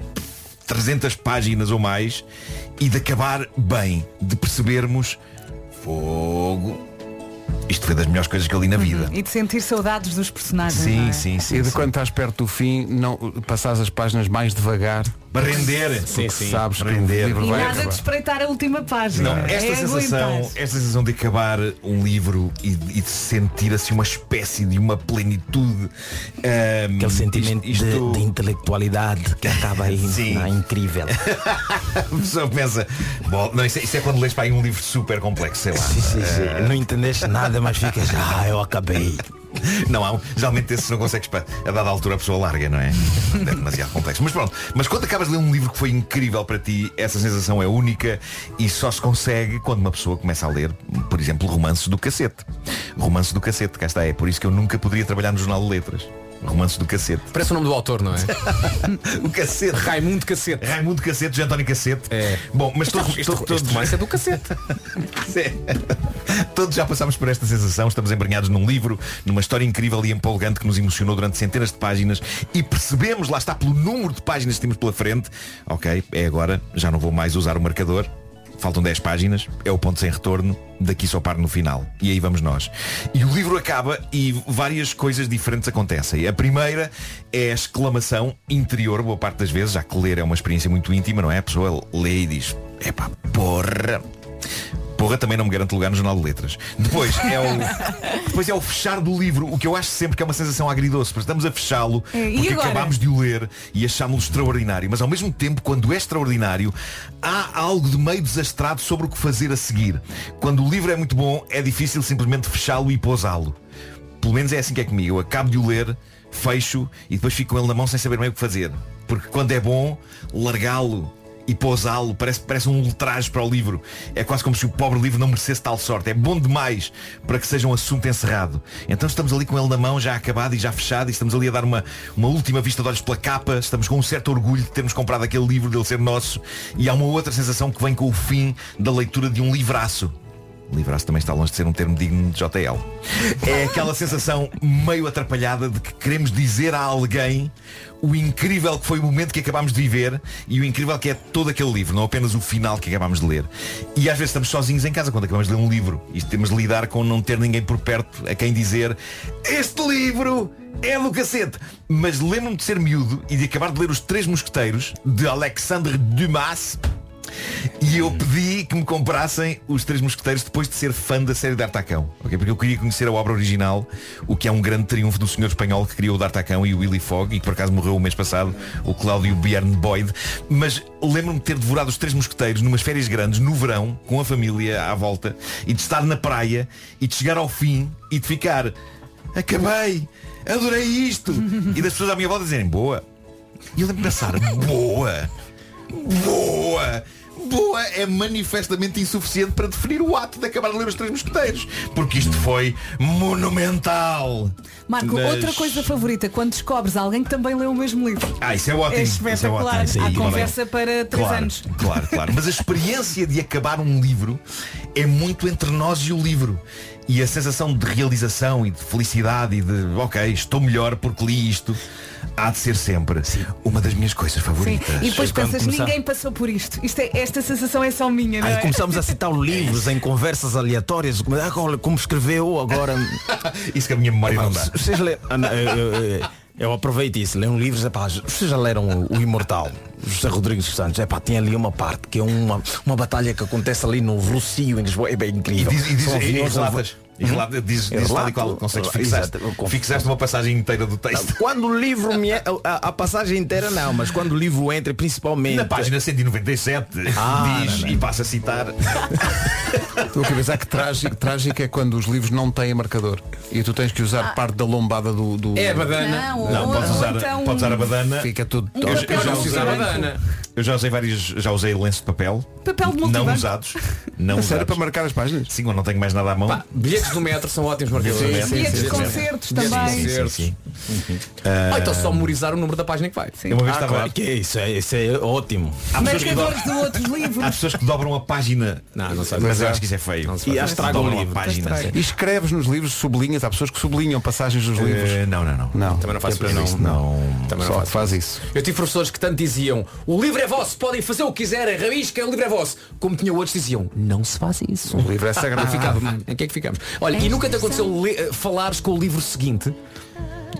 Speaker 5: 300 páginas ou mais e de acabar bem, de percebermos fogo. Isto foi das melhores coisas que eu li na vida.
Speaker 4: E de sentir saudades dos personagens. não é?
Speaker 5: sim, sim.
Speaker 1: E de quando estás perto do fim, não passares as páginas mais devagar.
Speaker 5: Para render.
Speaker 1: Porque
Speaker 5: Sim, sim.
Speaker 1: sabes
Speaker 5: Para
Speaker 1: que o
Speaker 5: render.
Speaker 1: livro
Speaker 4: E
Speaker 1: vai
Speaker 4: nada de
Speaker 1: acabar.
Speaker 4: espreitar a última página.
Speaker 5: É Não, esta,
Speaker 4: é
Speaker 5: sensação,
Speaker 4: aguentar.
Speaker 5: esta sensação de acabar um livro e, e de sentir assim uma espécie de uma plenitude. ehm,
Speaker 6: Aquele sentimento de, de intelectualidade que acaba aí.
Speaker 5: [laughs] Sim.
Speaker 6: não é?
Speaker 5: [laughs]
Speaker 6: incrível.
Speaker 5: A pessoa pensa, "Bom, não, isso, é- isso é quando lês para aí um livro super complexo, sei lá.
Speaker 6: Sim, sim, sim. Não entendeste nada, mas ficas, ah, eu acabei.
Speaker 5: Não há. um- Geralmente esse não consegues para. A dada altura a pessoa larga, não é? É demasiado complexo. Mas pronto. Mas quando acabas de ler um livro que foi incrível para ti, essa sensação é única e só se consegue quando uma pessoa começa a ler, por exemplo, romance do cacete. Romance do cacete, cá está. É por isso que eu nunca poderia trabalhar no Jornal de Letras. Romance do cacete.
Speaker 3: Parece o nome do autor, não é?
Speaker 5: [laughs] o cacete.
Speaker 3: Raimundo Cacete.
Speaker 5: Raimundo Cacete, de António Cacete. É. Bom, mas todos, todos, todos,
Speaker 3: é do cacete.
Speaker 5: Todos já passámos por esta sensação, estamos embrenhados num livro, numa história incrível e empolgante que nos emocionou durante centenas de páginas e percebemos, lá está, pelo número de páginas que temos pela frente, ok, é agora, já não vou mais usar o marcador, faltam 10 páginas, é o ponto sem retorno, daqui só paro no final. E aí vamos nós. E o livro acaba e várias coisas diferentes acontecem. A primeira é a exclamação interior, boa parte das vezes, já que ler é uma experiência muito íntima, não é? A pessoa lê e diz, epá, porra, Porra, também não me garante lugar no Jornal de Letras. Depois
Speaker 15: [laughs]
Speaker 5: é o, depois é o fechar do livro, o que eu acho sempre que é uma sensação agridoce, porque estamos a fechá-lo,
Speaker 15: É, e
Speaker 5: porque
Speaker 15: agora?
Speaker 5: acabámos de o ler e achámos-lo extraordinário. Mas ao mesmo tempo, quando é extraordinário, há algo de meio desastrado sobre o que fazer a seguir. Quando o livro é muito bom, é difícil simplesmente fechá-lo e pousá-lo. Pelo menos é assim que é comigo. Eu acabo de o ler, fecho e depois fico com ele na mão sem saber bem o que fazer. Porque quando é bom, largá-lo e pousá-lo parece, parece um ultraje para o livro. É quase como se o pobre livro não merecesse tal sorte. É bom demais para que seja um assunto encerrado. Então estamos ali com ele na mão, já acabado e já fechado, e estamos ali a dar uma, uma última vista de olhos pela capa. Estamos com um certo orgulho de termos comprado aquele livro, dele ser nosso. E há uma outra sensação que vem com o fim da leitura de um livraço. Livraço também está longe de ser um termo digno de JL. É aquela sensação meio atrapalhada de que queremos dizer a alguém o incrível que foi o momento que acabámos de viver e o incrível que é todo aquele livro, não apenas o final que acabámos de ler. E às vezes estamos sozinhos em casa quando acabamos de ler um livro e temos de lidar com não ter ninguém por perto a quem dizer este livro é do cacete. Mas lembro-me de ser miúdo e de acabar de ler Os Três Mosqueteiros de Alexandre Dumas e eu pedi que me comprassem os Três Mosqueteiros depois de ser fã da série D'Artacão. ok? Porque eu queria conhecer a obra original, o que é um grande triunfo do senhor espanhol que criou o D'Artacão e o Willy Fogg, e que por acaso morreu o mês passado, o Cláudio Bjorn Boyd. Mas lembro-me de ter devorado os Três Mosqueteiros numas férias grandes, no verão, com a família à volta, e de estar na praia, e de chegar ao fim, e de ficar, acabei, adorei isto. e das pessoas à minha volta dizerem, boa. E eu lembro-me de pensar, boa. Boa! Boa é manifestamente insuficiente para definir o ato de acabar de ler os três mosqueteiros. Porque isto foi monumental.
Speaker 4: Marco,
Speaker 5: Mas-
Speaker 4: outra coisa favorita, quando descobres alguém que também leu o mesmo livro.
Speaker 5: Ah, isso é ótimo.
Speaker 4: É
Speaker 5: isso é ótimo.
Speaker 4: espetacular.
Speaker 5: Isso aí,
Speaker 4: Há
Speaker 5: claro.
Speaker 4: conversa para três
Speaker 5: claro,
Speaker 4: anos.
Speaker 5: Claro, claro. Mas a experiência de acabar um livro é muito entre nós e o livro. E a sensação de realização e de felicidade e de ok, estou melhor porque li isto, há de ser sempre uma das minhas coisas
Speaker 4: Sim.
Speaker 5: favoritas.
Speaker 4: E depois pensas, ninguém passou por isto. Isto é- esta sensação é só minha, não
Speaker 6: Aí
Speaker 4: é?
Speaker 6: começamos a
Speaker 3: [laughs]
Speaker 6: citar livros em conversas aleatórias. Como, ah, olha, como
Speaker 3: [laughs]
Speaker 6: escreveu agora.
Speaker 5: isso que a minha memória
Speaker 6: não dá. Vocês le... Ah, não, eu, eu- eu- eu aproveito isso, leio um livro, é pá, vocês já leram o, o Imortal, José Rodrigues dos Santos, é pá, tem ali uma parte que é uma, uma batalha que acontece ali no Rocio, em Lisboa, é bem incrível.
Speaker 5: E diz, e diz,
Speaker 6: São
Speaker 5: e- e
Speaker 6: aviões a vo-
Speaker 5: relatas. E relata- diz,
Speaker 6: Eu
Speaker 5: diz tal e
Speaker 6: relato,
Speaker 5: qual, consegues
Speaker 6: eu-
Speaker 5: fixar,
Speaker 6: exato, eu conf-
Speaker 5: fixaste uma passagem inteira do texto.
Speaker 6: Quando o livro me é, a, a passagem inteira não, mas quando o livro entra,
Speaker 5: [laughs]
Speaker 6: principalmente.
Speaker 5: Na página 197
Speaker 6: Ah,
Speaker 5: diz e passa a citar.
Speaker 1: Estou aqui a pensar que trágico, trágico é quando os livros não têm marcador e tu tens que usar parte da lombada do, do-
Speaker 5: É a badana. Ah. Não, Não, ou- podes ou usar- então Um podes usar a badana.
Speaker 1: Fica tudo.
Speaker 5: Eu- eu já usei- Eu já usei vários, já usei lenço de papel.
Speaker 4: Papel de
Speaker 5: Não
Speaker 4: multibanco.
Speaker 5: usados. Não
Speaker 1: [laughs] A
Speaker 5: usados.
Speaker 1: sério, para marcar as páginas?
Speaker 5: Sim, quando não tenho mais nada à mão.
Speaker 3: Bilhetes do metro são ótimos marcadores.
Speaker 5: Bilhetes do Sim, metro, sim, bilhetes de sim. concertos
Speaker 3: Bilhetes de
Speaker 5: também.
Speaker 3: concertos.
Speaker 5: Sim,
Speaker 3: Ah, então só memorizar o número da página que vai.
Speaker 5: Eu uma vez
Speaker 3: Ah,
Speaker 5: estava-
Speaker 3: claro.
Speaker 6: Que é isso, é, isso é ótimo.
Speaker 5: Há pessoas que
Speaker 4: Marcadores de outros
Speaker 5: Há
Speaker 4: livros.
Speaker 5: pessoas que dobram a página.
Speaker 6: Não, não sei.
Speaker 5: Mas
Speaker 1: Pois
Speaker 5: eu
Speaker 1: é.
Speaker 5: acho que isso é feio.
Speaker 6: se faz. E as tragam
Speaker 5: dobram
Speaker 6: o livro.
Speaker 5: a página.
Speaker 6: As tragam.
Speaker 1: E escreves nos livros, sublinhas, há pessoas que sublinham passagens dos livros.
Speaker 5: Eh, Não, não, não.
Speaker 1: Não.
Speaker 3: Também não faço
Speaker 1: Sempre
Speaker 3: isso.
Speaker 1: Não.
Speaker 3: Também não
Speaker 1: Só
Speaker 3: faço.
Speaker 1: que faz isso.
Speaker 3: Eu tive professores que tanto diziam O livro é vosso, podem fazer o que quiserem Rabisca, o livro é vosso Como tinha outros que diziam Não se faz isso
Speaker 1: O livro é
Speaker 3: [laughs]
Speaker 1: sagrado.
Speaker 3: Eu ficava, "Hum, Em que é que ficamos? Olha, e nunca te aconteceu le- eh, falares com o livro seguinte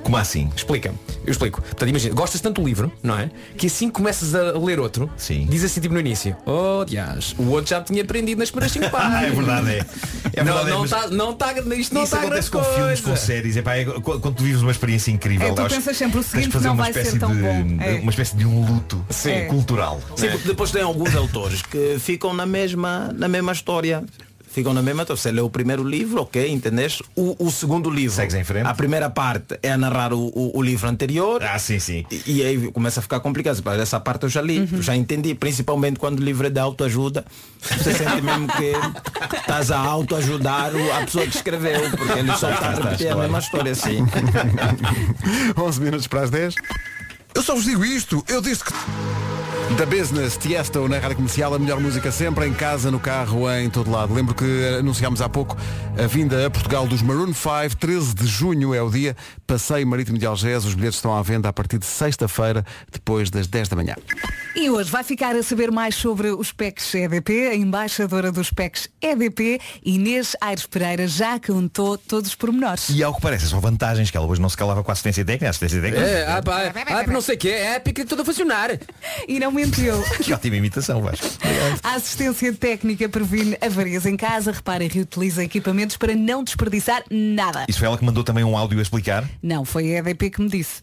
Speaker 5: Como assim?
Speaker 3: Explica-me, eu explico Portanto, imagina, gostas tanto do livro, não é? Que assim que começas a ler outro
Speaker 5: Sim.
Speaker 3: Diz assim tipo no início Oh, dias, o outro já tinha aprendido nas
Speaker 5: [laughs]
Speaker 3: primeiras cinco páginas
Speaker 5: É verdade, é. É
Speaker 3: não, tá
Speaker 5: verdade, é,
Speaker 3: não
Speaker 5: mas-
Speaker 3: está, não está, isto não
Speaker 5: Isso
Speaker 4: tá
Speaker 3: está grande
Speaker 5: acontece com
Speaker 3: coisa.
Speaker 5: filmes, com séries. Epá, é, qu- quando tu vives uma experiência incrível,
Speaker 4: É, tu
Speaker 5: acho que
Speaker 4: pensas sempre, o
Speaker 5: tens de
Speaker 4: seguinte
Speaker 5: fazer
Speaker 4: não
Speaker 5: uma
Speaker 4: vai ser
Speaker 5: espécie
Speaker 4: tão
Speaker 5: de-
Speaker 4: bom. É.
Speaker 5: Uma espécie de um luto
Speaker 6: Sim.
Speaker 5: eh, cultural.
Speaker 6: Sim,
Speaker 5: né?
Speaker 6: porque depois tem alguns autores que ficam na mesma, na mesma história. Ficam na mesma, então você lê o primeiro livro, ok, entendeste? O, o segundo livro. Segues em frente. A primeira parte é a narrar o, o, o livro anterior. Ah, sim, sim. E, e aí começa a ficar complicado. Pá, Essa parte eu já li, já entendi. Principalmente quando o livro é de autoajuda. Você sente mesmo que [laughs] estás a autoajudar o- a pessoa que escreveu, porque ele só está a repetir Ah, a mesma história assim.
Speaker 1: [laughs] 11 minutos para as 10. Eu só vos digo isto, eu disse que... Da Business, Tiesto, na Rádio Comercial, a melhor música sempre, em casa, no carro, em todo lado. Lembro que anunciámos há pouco a vinda a Portugal dos Maroon 5, 13 de junho é o dia, passeio marítimo de Algés, os bilhetes estão à venda a partir de sexta-feira, depois das 10 da manhã.
Speaker 4: E hoje vai ficar a saber mais sobre os PECs EDP, a embaixadora dos PECs EDP, Inês Aires Pereira, já contou todos os pormenores.
Speaker 5: E ao que parece, são vantagens que ela hoje não se calava com a assistência técnica, a assistência técnica.
Speaker 3: É, ah, pá, ah, não sei o que, é épico e tudo a funcionar.
Speaker 4: [laughs] E não mentiu.
Speaker 5: Que ótima imitação, Vasco.
Speaker 4: A assistência técnica previne avarias em casa, repara e reutiliza equipamentos para não desperdiçar nada.
Speaker 5: Isso foi ela que mandou também um áudio a explicar.
Speaker 4: Não, foi a EDP que me disse.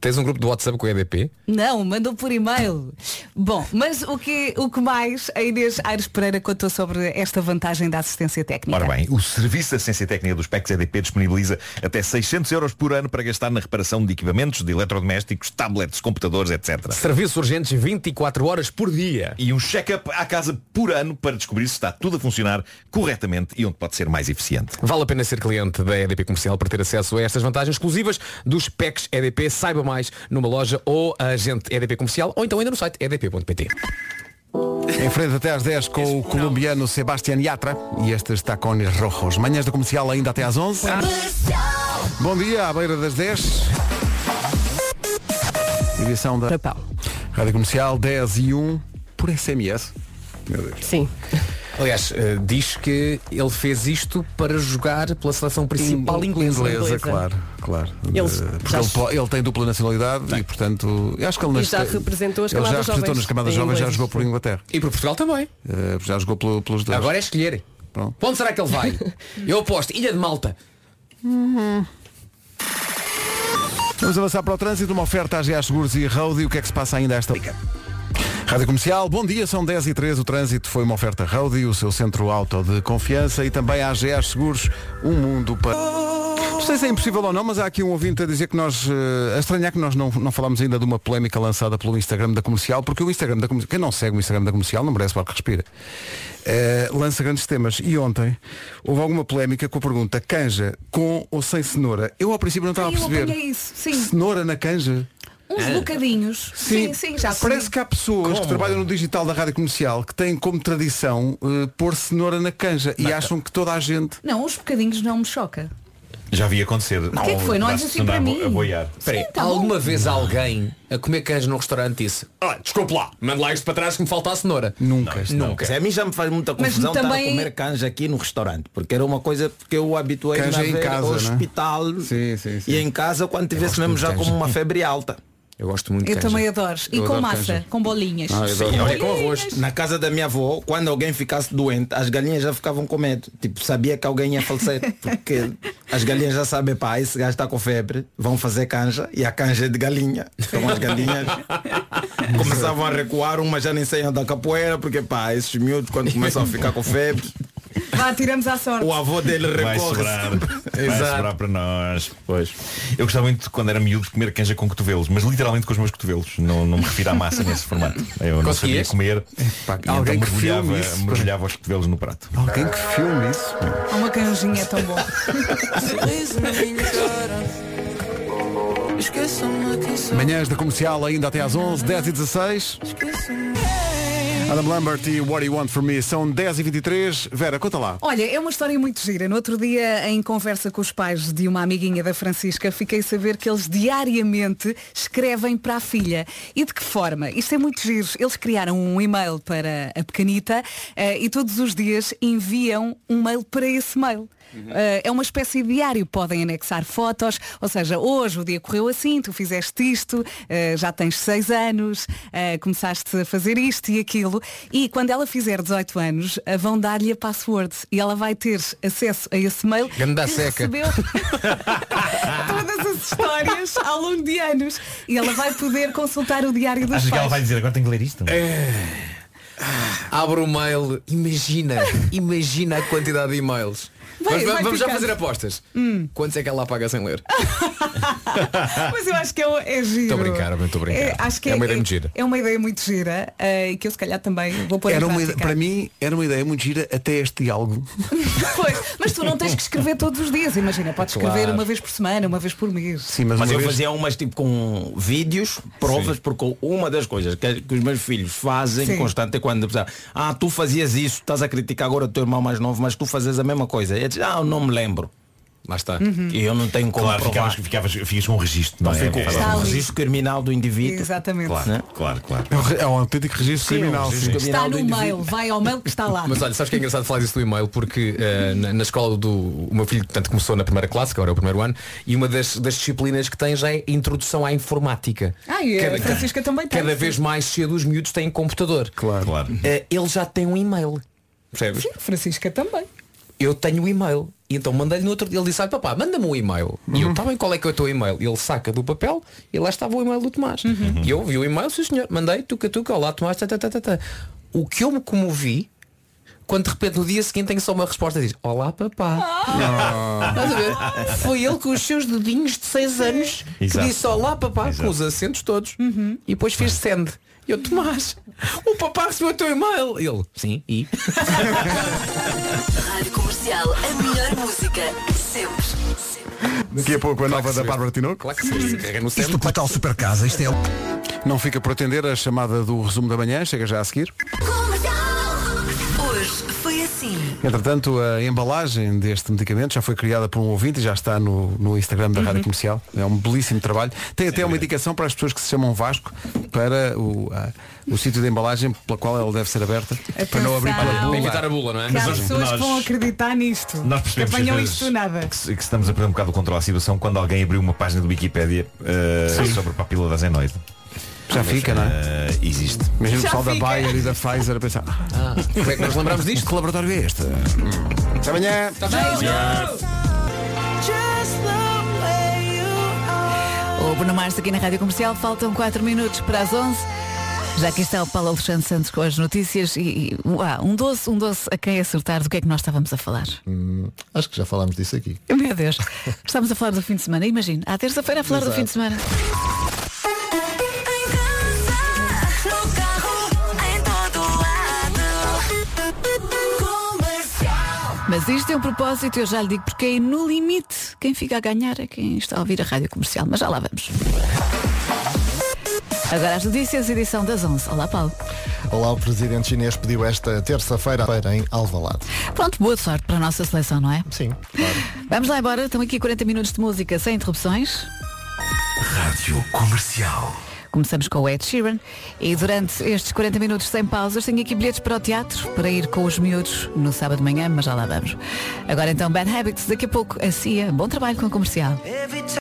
Speaker 3: Tens um grupo de WhatsApp com o EDP?
Speaker 4: Não, mandou por e-mail. Bom, mas o que, o que mais a Inês Aires Pereira contou sobre esta vantagem da assistência técnica?
Speaker 5: Ora bem, o Serviço de Assistência Técnica dos PECs EDP disponibiliza até 600 euros por ano para gastar na reparação de equipamentos de eletrodomésticos, tablets, computadores, etc.
Speaker 3: Serviços urgentes 24 horas por dia.
Speaker 5: E um check-up à casa por ano para descobrir se está tudo a funcionar corretamente e onde pode ser mais eficiente.
Speaker 3: Vale a pena ser cliente da EDP Comercial para ter acesso a estas vantagens exclusivas dos PECs EDP. Saiba mais numa loja ou agente EDP Comercial ou então ainda no site edp.pt.
Speaker 1: Em frente até às 10 com o colombiano Sebastián Yatra e estes tacones rojos. Manhãs da Comercial ainda até às 11. Bom dia, à beira das 10. Edição da Rádio Comercial 10 e 1 por SMS. Meu Deus.
Speaker 9: Sim.
Speaker 3: Aliás, eh, diz que ele fez isto para jogar pela seleção principal inglesa.
Speaker 9: é.
Speaker 1: Inglesa, é claro, claro.
Speaker 3: Ele-
Speaker 1: Eh, porque
Speaker 3: já-
Speaker 1: ele, po- ele tem dupla nacionalidade e portanto eu acho que ele
Speaker 9: E já
Speaker 1: nasce-
Speaker 9: representou as
Speaker 1: ele já
Speaker 9: camadas
Speaker 1: representou
Speaker 9: jovens
Speaker 1: nas camadas
Speaker 9: em
Speaker 1: jovens, já
Speaker 9: inglês.
Speaker 1: jogou por Inglaterra.
Speaker 3: E por Portugal também.
Speaker 1: Eh, já jogou pelo- pelos dois.
Speaker 3: Agora é escolher.
Speaker 1: Pronto.
Speaker 3: Onde será que
Speaker 1: [laughs]
Speaker 3: ele vai? Eu aposto, Ilha de Malta.
Speaker 1: Vamos avançar para o trânsito, uma oferta à GA Seguros e Road e o que é que se passa ainda a esta Rádio Comercial, bom dia, são 10 e 3 O trânsito foi uma oferta Road o seu centro auto de confiança E também à GA Seguros, um mundo para... Não sei se é impossível ou não, mas há aqui um ouvinte a dizer que nós, eh, a estranhar que nós não, não falámos ainda de uma polémica lançada pelo Instagram da Comercial, porque o Instagram da Comercial, quem não segue o Instagram da Comercial não merece o ar que respira, Eh, lança grandes temas. E ontem houve alguma polémica com a pergunta canja com ou sem cenoura? Eu ao princípio não estava a
Speaker 4: eu
Speaker 1: perceber.
Speaker 4: apanhei isso, sim.
Speaker 1: Cenoura na canja?
Speaker 4: Uns bocadinhos. Sim, sim, já
Speaker 1: Parece que há pessoas
Speaker 4: Como?
Speaker 1: que trabalham no digital da rádio comercial que têm como tradição eh, pôr cenoura na canja e acham que toda a gente.
Speaker 4: Não, uns bocadinhos não me choca.
Speaker 5: Já vi acontecer. O
Speaker 4: que é que foi? Não olhes assim para mim.
Speaker 3: Peraí,
Speaker 4: tá
Speaker 3: alguma vez alguém a comer queijo num restaurante disse ah, desculpe lá, manda lá isto para trás que me falta a cenoura.
Speaker 1: Nunca,
Speaker 3: nunca.
Speaker 6: A mim já me faz muita
Speaker 3: Mas
Speaker 6: confusão estar
Speaker 3: também-
Speaker 6: a comer canja aqui no restaurante, porque era uma coisa que eu habituei
Speaker 1: Canja
Speaker 6: a
Speaker 1: em
Speaker 6: ver
Speaker 1: casa,
Speaker 6: ao
Speaker 1: né?
Speaker 6: hospital e em casa quando tivesse mesmo já como uma febre alta.
Speaker 3: Eu gosto muito
Speaker 4: Eu também adoro. E com massa, com bolinhas.
Speaker 6: Sim, olha, com arroz. Na casa da minha avó, quando alguém ficasse doente, as galinhas já ficavam com medo. Tipo, sabia que alguém ia falecer. Porque as galinhas já sabem, pá, esse gajo está com febre, vão fazer canja e a canja é de galinha. Então as galinhas começavam a recuar, uma já nem é saíam da capoeira, porque pá, esses miúdos quando começam a ficar com febre,
Speaker 4: Vá, tiramos à sorte.
Speaker 6: o avô dele
Speaker 5: Vai
Speaker 6: recorre.
Speaker 5: sobrar,
Speaker 6: [laughs]
Speaker 5: vai
Speaker 6: Exato.
Speaker 5: sobrar para nós. Pois. Eu gostava muito quando era miúdo de comer canja com cotovelos, mas literalmente com os meus cotovelos. Não, não me refiro à
Speaker 1: [laughs]
Speaker 5: massa nesse formato. Eu não sabia
Speaker 1: Conseguias?
Speaker 5: comer. e
Speaker 1: alguém que
Speaker 5: então mergulhava,
Speaker 1: filme isso.
Speaker 5: mergulhava os cotovelos no prato.
Speaker 1: Alguém que filme isso?
Speaker 4: Há Uma canjinha é tão bom.
Speaker 1: Manhãs da comercial ainda até às 11, 10 e 16. Adam Lambert e What Do You Want From Me são 10 e 23. Vera, conta lá.
Speaker 4: Olha, é uma história muito gira. No outro dia, em conversa com os pais de uma amiguinha da Francisca, fiquei a saber que eles diariamente escrevem para a filha. E de que forma? Isto é muito giro. Eles criaram um e-mail para a pequenita eh, e todos os dias enviam um mail para esse mail. Eh, é uma espécie de diário, podem anexar fotos, ou seja, hoje o dia correu assim, tu fizeste isto, eh, já tens seis anos, eh, começaste a fazer isto e aquilo, e quando ela fizer 18 anos, eh, vão dar-lhe a password e ela vai ter acesso a esse mail
Speaker 3: Ganda
Speaker 4: que
Speaker 3: seca. [laughs]
Speaker 4: recebeu todas as histórias ao longo de anos e ela vai poder consultar o diário dos
Speaker 5: Achas que ela
Speaker 4: pais.
Speaker 5: vai dizer agora tenho que ler isto?
Speaker 3: Abro É. o mail,
Speaker 4: [laughs]
Speaker 3: imagina, imagina a quantidade de e-mails.
Speaker 4: Vai,
Speaker 3: Mas va-
Speaker 4: vai
Speaker 3: vamos já
Speaker 4: picando.
Speaker 3: fazer apostas.
Speaker 4: Hum.
Speaker 3: Quantos é que ela apaga sem ler?
Speaker 4: [laughs] Mas eu acho que é, um- é giro.
Speaker 3: Estou a brincar, mas estou a brincar.
Speaker 4: É, acho que
Speaker 3: É uma ideia muito gira.
Speaker 4: É uma ideia muito gira eh, e que eu se calhar também vou pôr
Speaker 1: Era
Speaker 4: em
Speaker 1: uma
Speaker 4: prática.
Speaker 1: ide- para mim era uma ideia muito gira até este diálogo.
Speaker 4: [laughs] Pois, mas tu não tens que escrever todos os dias, imagina, podes
Speaker 6: Claro.
Speaker 4: escrever uma vez por semana, uma vez por mês.
Speaker 1: Sim,
Speaker 6: Mas, eu fazia umas tipo com vídeos, provas, porque uma das coisas que, que os meus filhos fazem
Speaker 4: Sim.
Speaker 6: constante é quando dizem, ah, tu fazias isso, estás a criticar agora o teu irmão mais novo, mas tu fazias a mesma coisa. E eu digo, ah, eu não me lembro.
Speaker 3: Lá está.
Speaker 6: E eu não tenho como
Speaker 5: Claro,
Speaker 6: provar.
Speaker 5: ficavas, ficavas, ficas com um registro.
Speaker 6: Então
Speaker 5: não é?
Speaker 6: fico-
Speaker 5: É-
Speaker 6: Está um registro criminal do indivíduo.
Speaker 4: Exatamente.
Speaker 6: Né?
Speaker 5: Claro, claro.
Speaker 1: É um re- É um autêntico registro
Speaker 3: Sim, é um
Speaker 1: criminal.
Speaker 3: registro
Speaker 1: sim.
Speaker 4: Está no mail, vai ao mail que está lá.
Speaker 3: Mas olha, sabes que é engraçado falar disso do e-mail porque eh, na, na escola do o meu filho portanto, começou na primeira classe, que agora é o primeiro ano, e uma das, das disciplinas que tens é introdução à informática.
Speaker 4: Ah, e a
Speaker 3: Cada-
Speaker 4: Francisca também tem.
Speaker 3: Cada vez mais cedo os miúdos têm computador.
Speaker 1: Claro.
Speaker 3: ele já tem um e-mail. Percebes?
Speaker 4: Francisca também.
Speaker 3: Eu tenho um e-mail. E então mandei-lhe no outro dia. Ele disse, "Ai, papá, manda-me um e-mail. E eu, está bem, qual é que é o teu e-mail? E ele saca do papel e lá estava o e-mail do Tomás.
Speaker 4: Uhum.
Speaker 3: E eu vi o e-mail, sim senhor, mandei, tuca tuca, olá Tomás, tá, tá, tá, tá, tá. O que eu me comovi quando de repente no dia seguinte tenho só uma resposta diz Olá papá
Speaker 4: Ah.
Speaker 3: Estás a ver? Foi ele com os seus dedinhos de 6 anos que
Speaker 6: Exato.
Speaker 3: disse Olá papá
Speaker 6: Exato.
Speaker 3: com os acentos todos Uhum. E depois fez send E eu Tomás, o papá recebeu o teu e-mail E Ele, sim, e?
Speaker 15: Rádio Comercial, a melhor música sempre.
Speaker 1: Daqui a pouco a nova da Bárbara Tinoco. Isto do portal Super Casa, isto é. Não fica por atender a chamada do resumo da manhã, chega já a seguir.
Speaker 15: Hoje foi assim.
Speaker 1: Entretanto, a embalagem deste medicamento já foi criada por um ouvinte e já está no, no Instagram da Rádio Comercial. É um belíssimo trabalho. Tem até uma indicação para as pessoas que se chamam Vasco para o, a- o sítio da embalagem pela qual ela deve ser aberta. Para não abrir pela bula.
Speaker 4: Que há pessoas que vão acreditar nisto.
Speaker 5: Nós
Speaker 4: que
Speaker 5: percebemos
Speaker 4: apanham
Speaker 5: que-
Speaker 4: isto do nada.
Speaker 5: que, se- que estamos a perder um bocado o controle da situação quando alguém abriu uma página do Wikipédia eh,
Speaker 1: Sim.
Speaker 5: sobre papila da zenoide.
Speaker 1: Já fica, não
Speaker 5: é? existe.
Speaker 1: Mesmo o pessoal da Bayer e da Pfizer a pensar.
Speaker 3: Ah, como é que nós lembramos disto?
Speaker 1: Que laboratório é este? Até amanhã.
Speaker 13: Tá O Bruno Mars aqui na Rádio Comercial, faltam 4 minutos para as 11. Já aqui está o Paulo Alexandre Santos com as notícias e, e uau, um doce, um doce a quem acertar do que é que nós estávamos a falar.
Speaker 16: Hum, acho que já falámos disso aqui.
Speaker 13: Meu Deus, estamos a falar do fim de semana, imagino. À terça-feira a falar do
Speaker 16: Exato.
Speaker 13: fim de semana.
Speaker 15: No carro, em todo lado. Comercial.
Speaker 13: Mas isto tem um propósito, eu já lhe digo, porque é no limite quem fica a ganhar é quem está a ouvir a Rádio Comercial. Mas já lá vamos. Agora as notícias, edição das 11. Olá, Paulo.
Speaker 16: Olá, o presidente chinês pediu esta terça-feira em Alvalade.
Speaker 13: Ah, Pronto, boa sorte para a nossa seleção, não é?
Speaker 16: Sim.
Speaker 13: [laughs] Vamos lá embora, estão aqui 40 minutos de música sem interrupções.
Speaker 15: Rádio Comercial.
Speaker 13: Começamos com o Ed Sheeran e durante estes 40 minutos sem pausas tenho aqui bilhetes para o teatro para ir com os miúdos no sábado de manhã, mas já lá vamos. Agora então Bad Habits, daqui a pouco a CIA, bom trabalho com o comercial.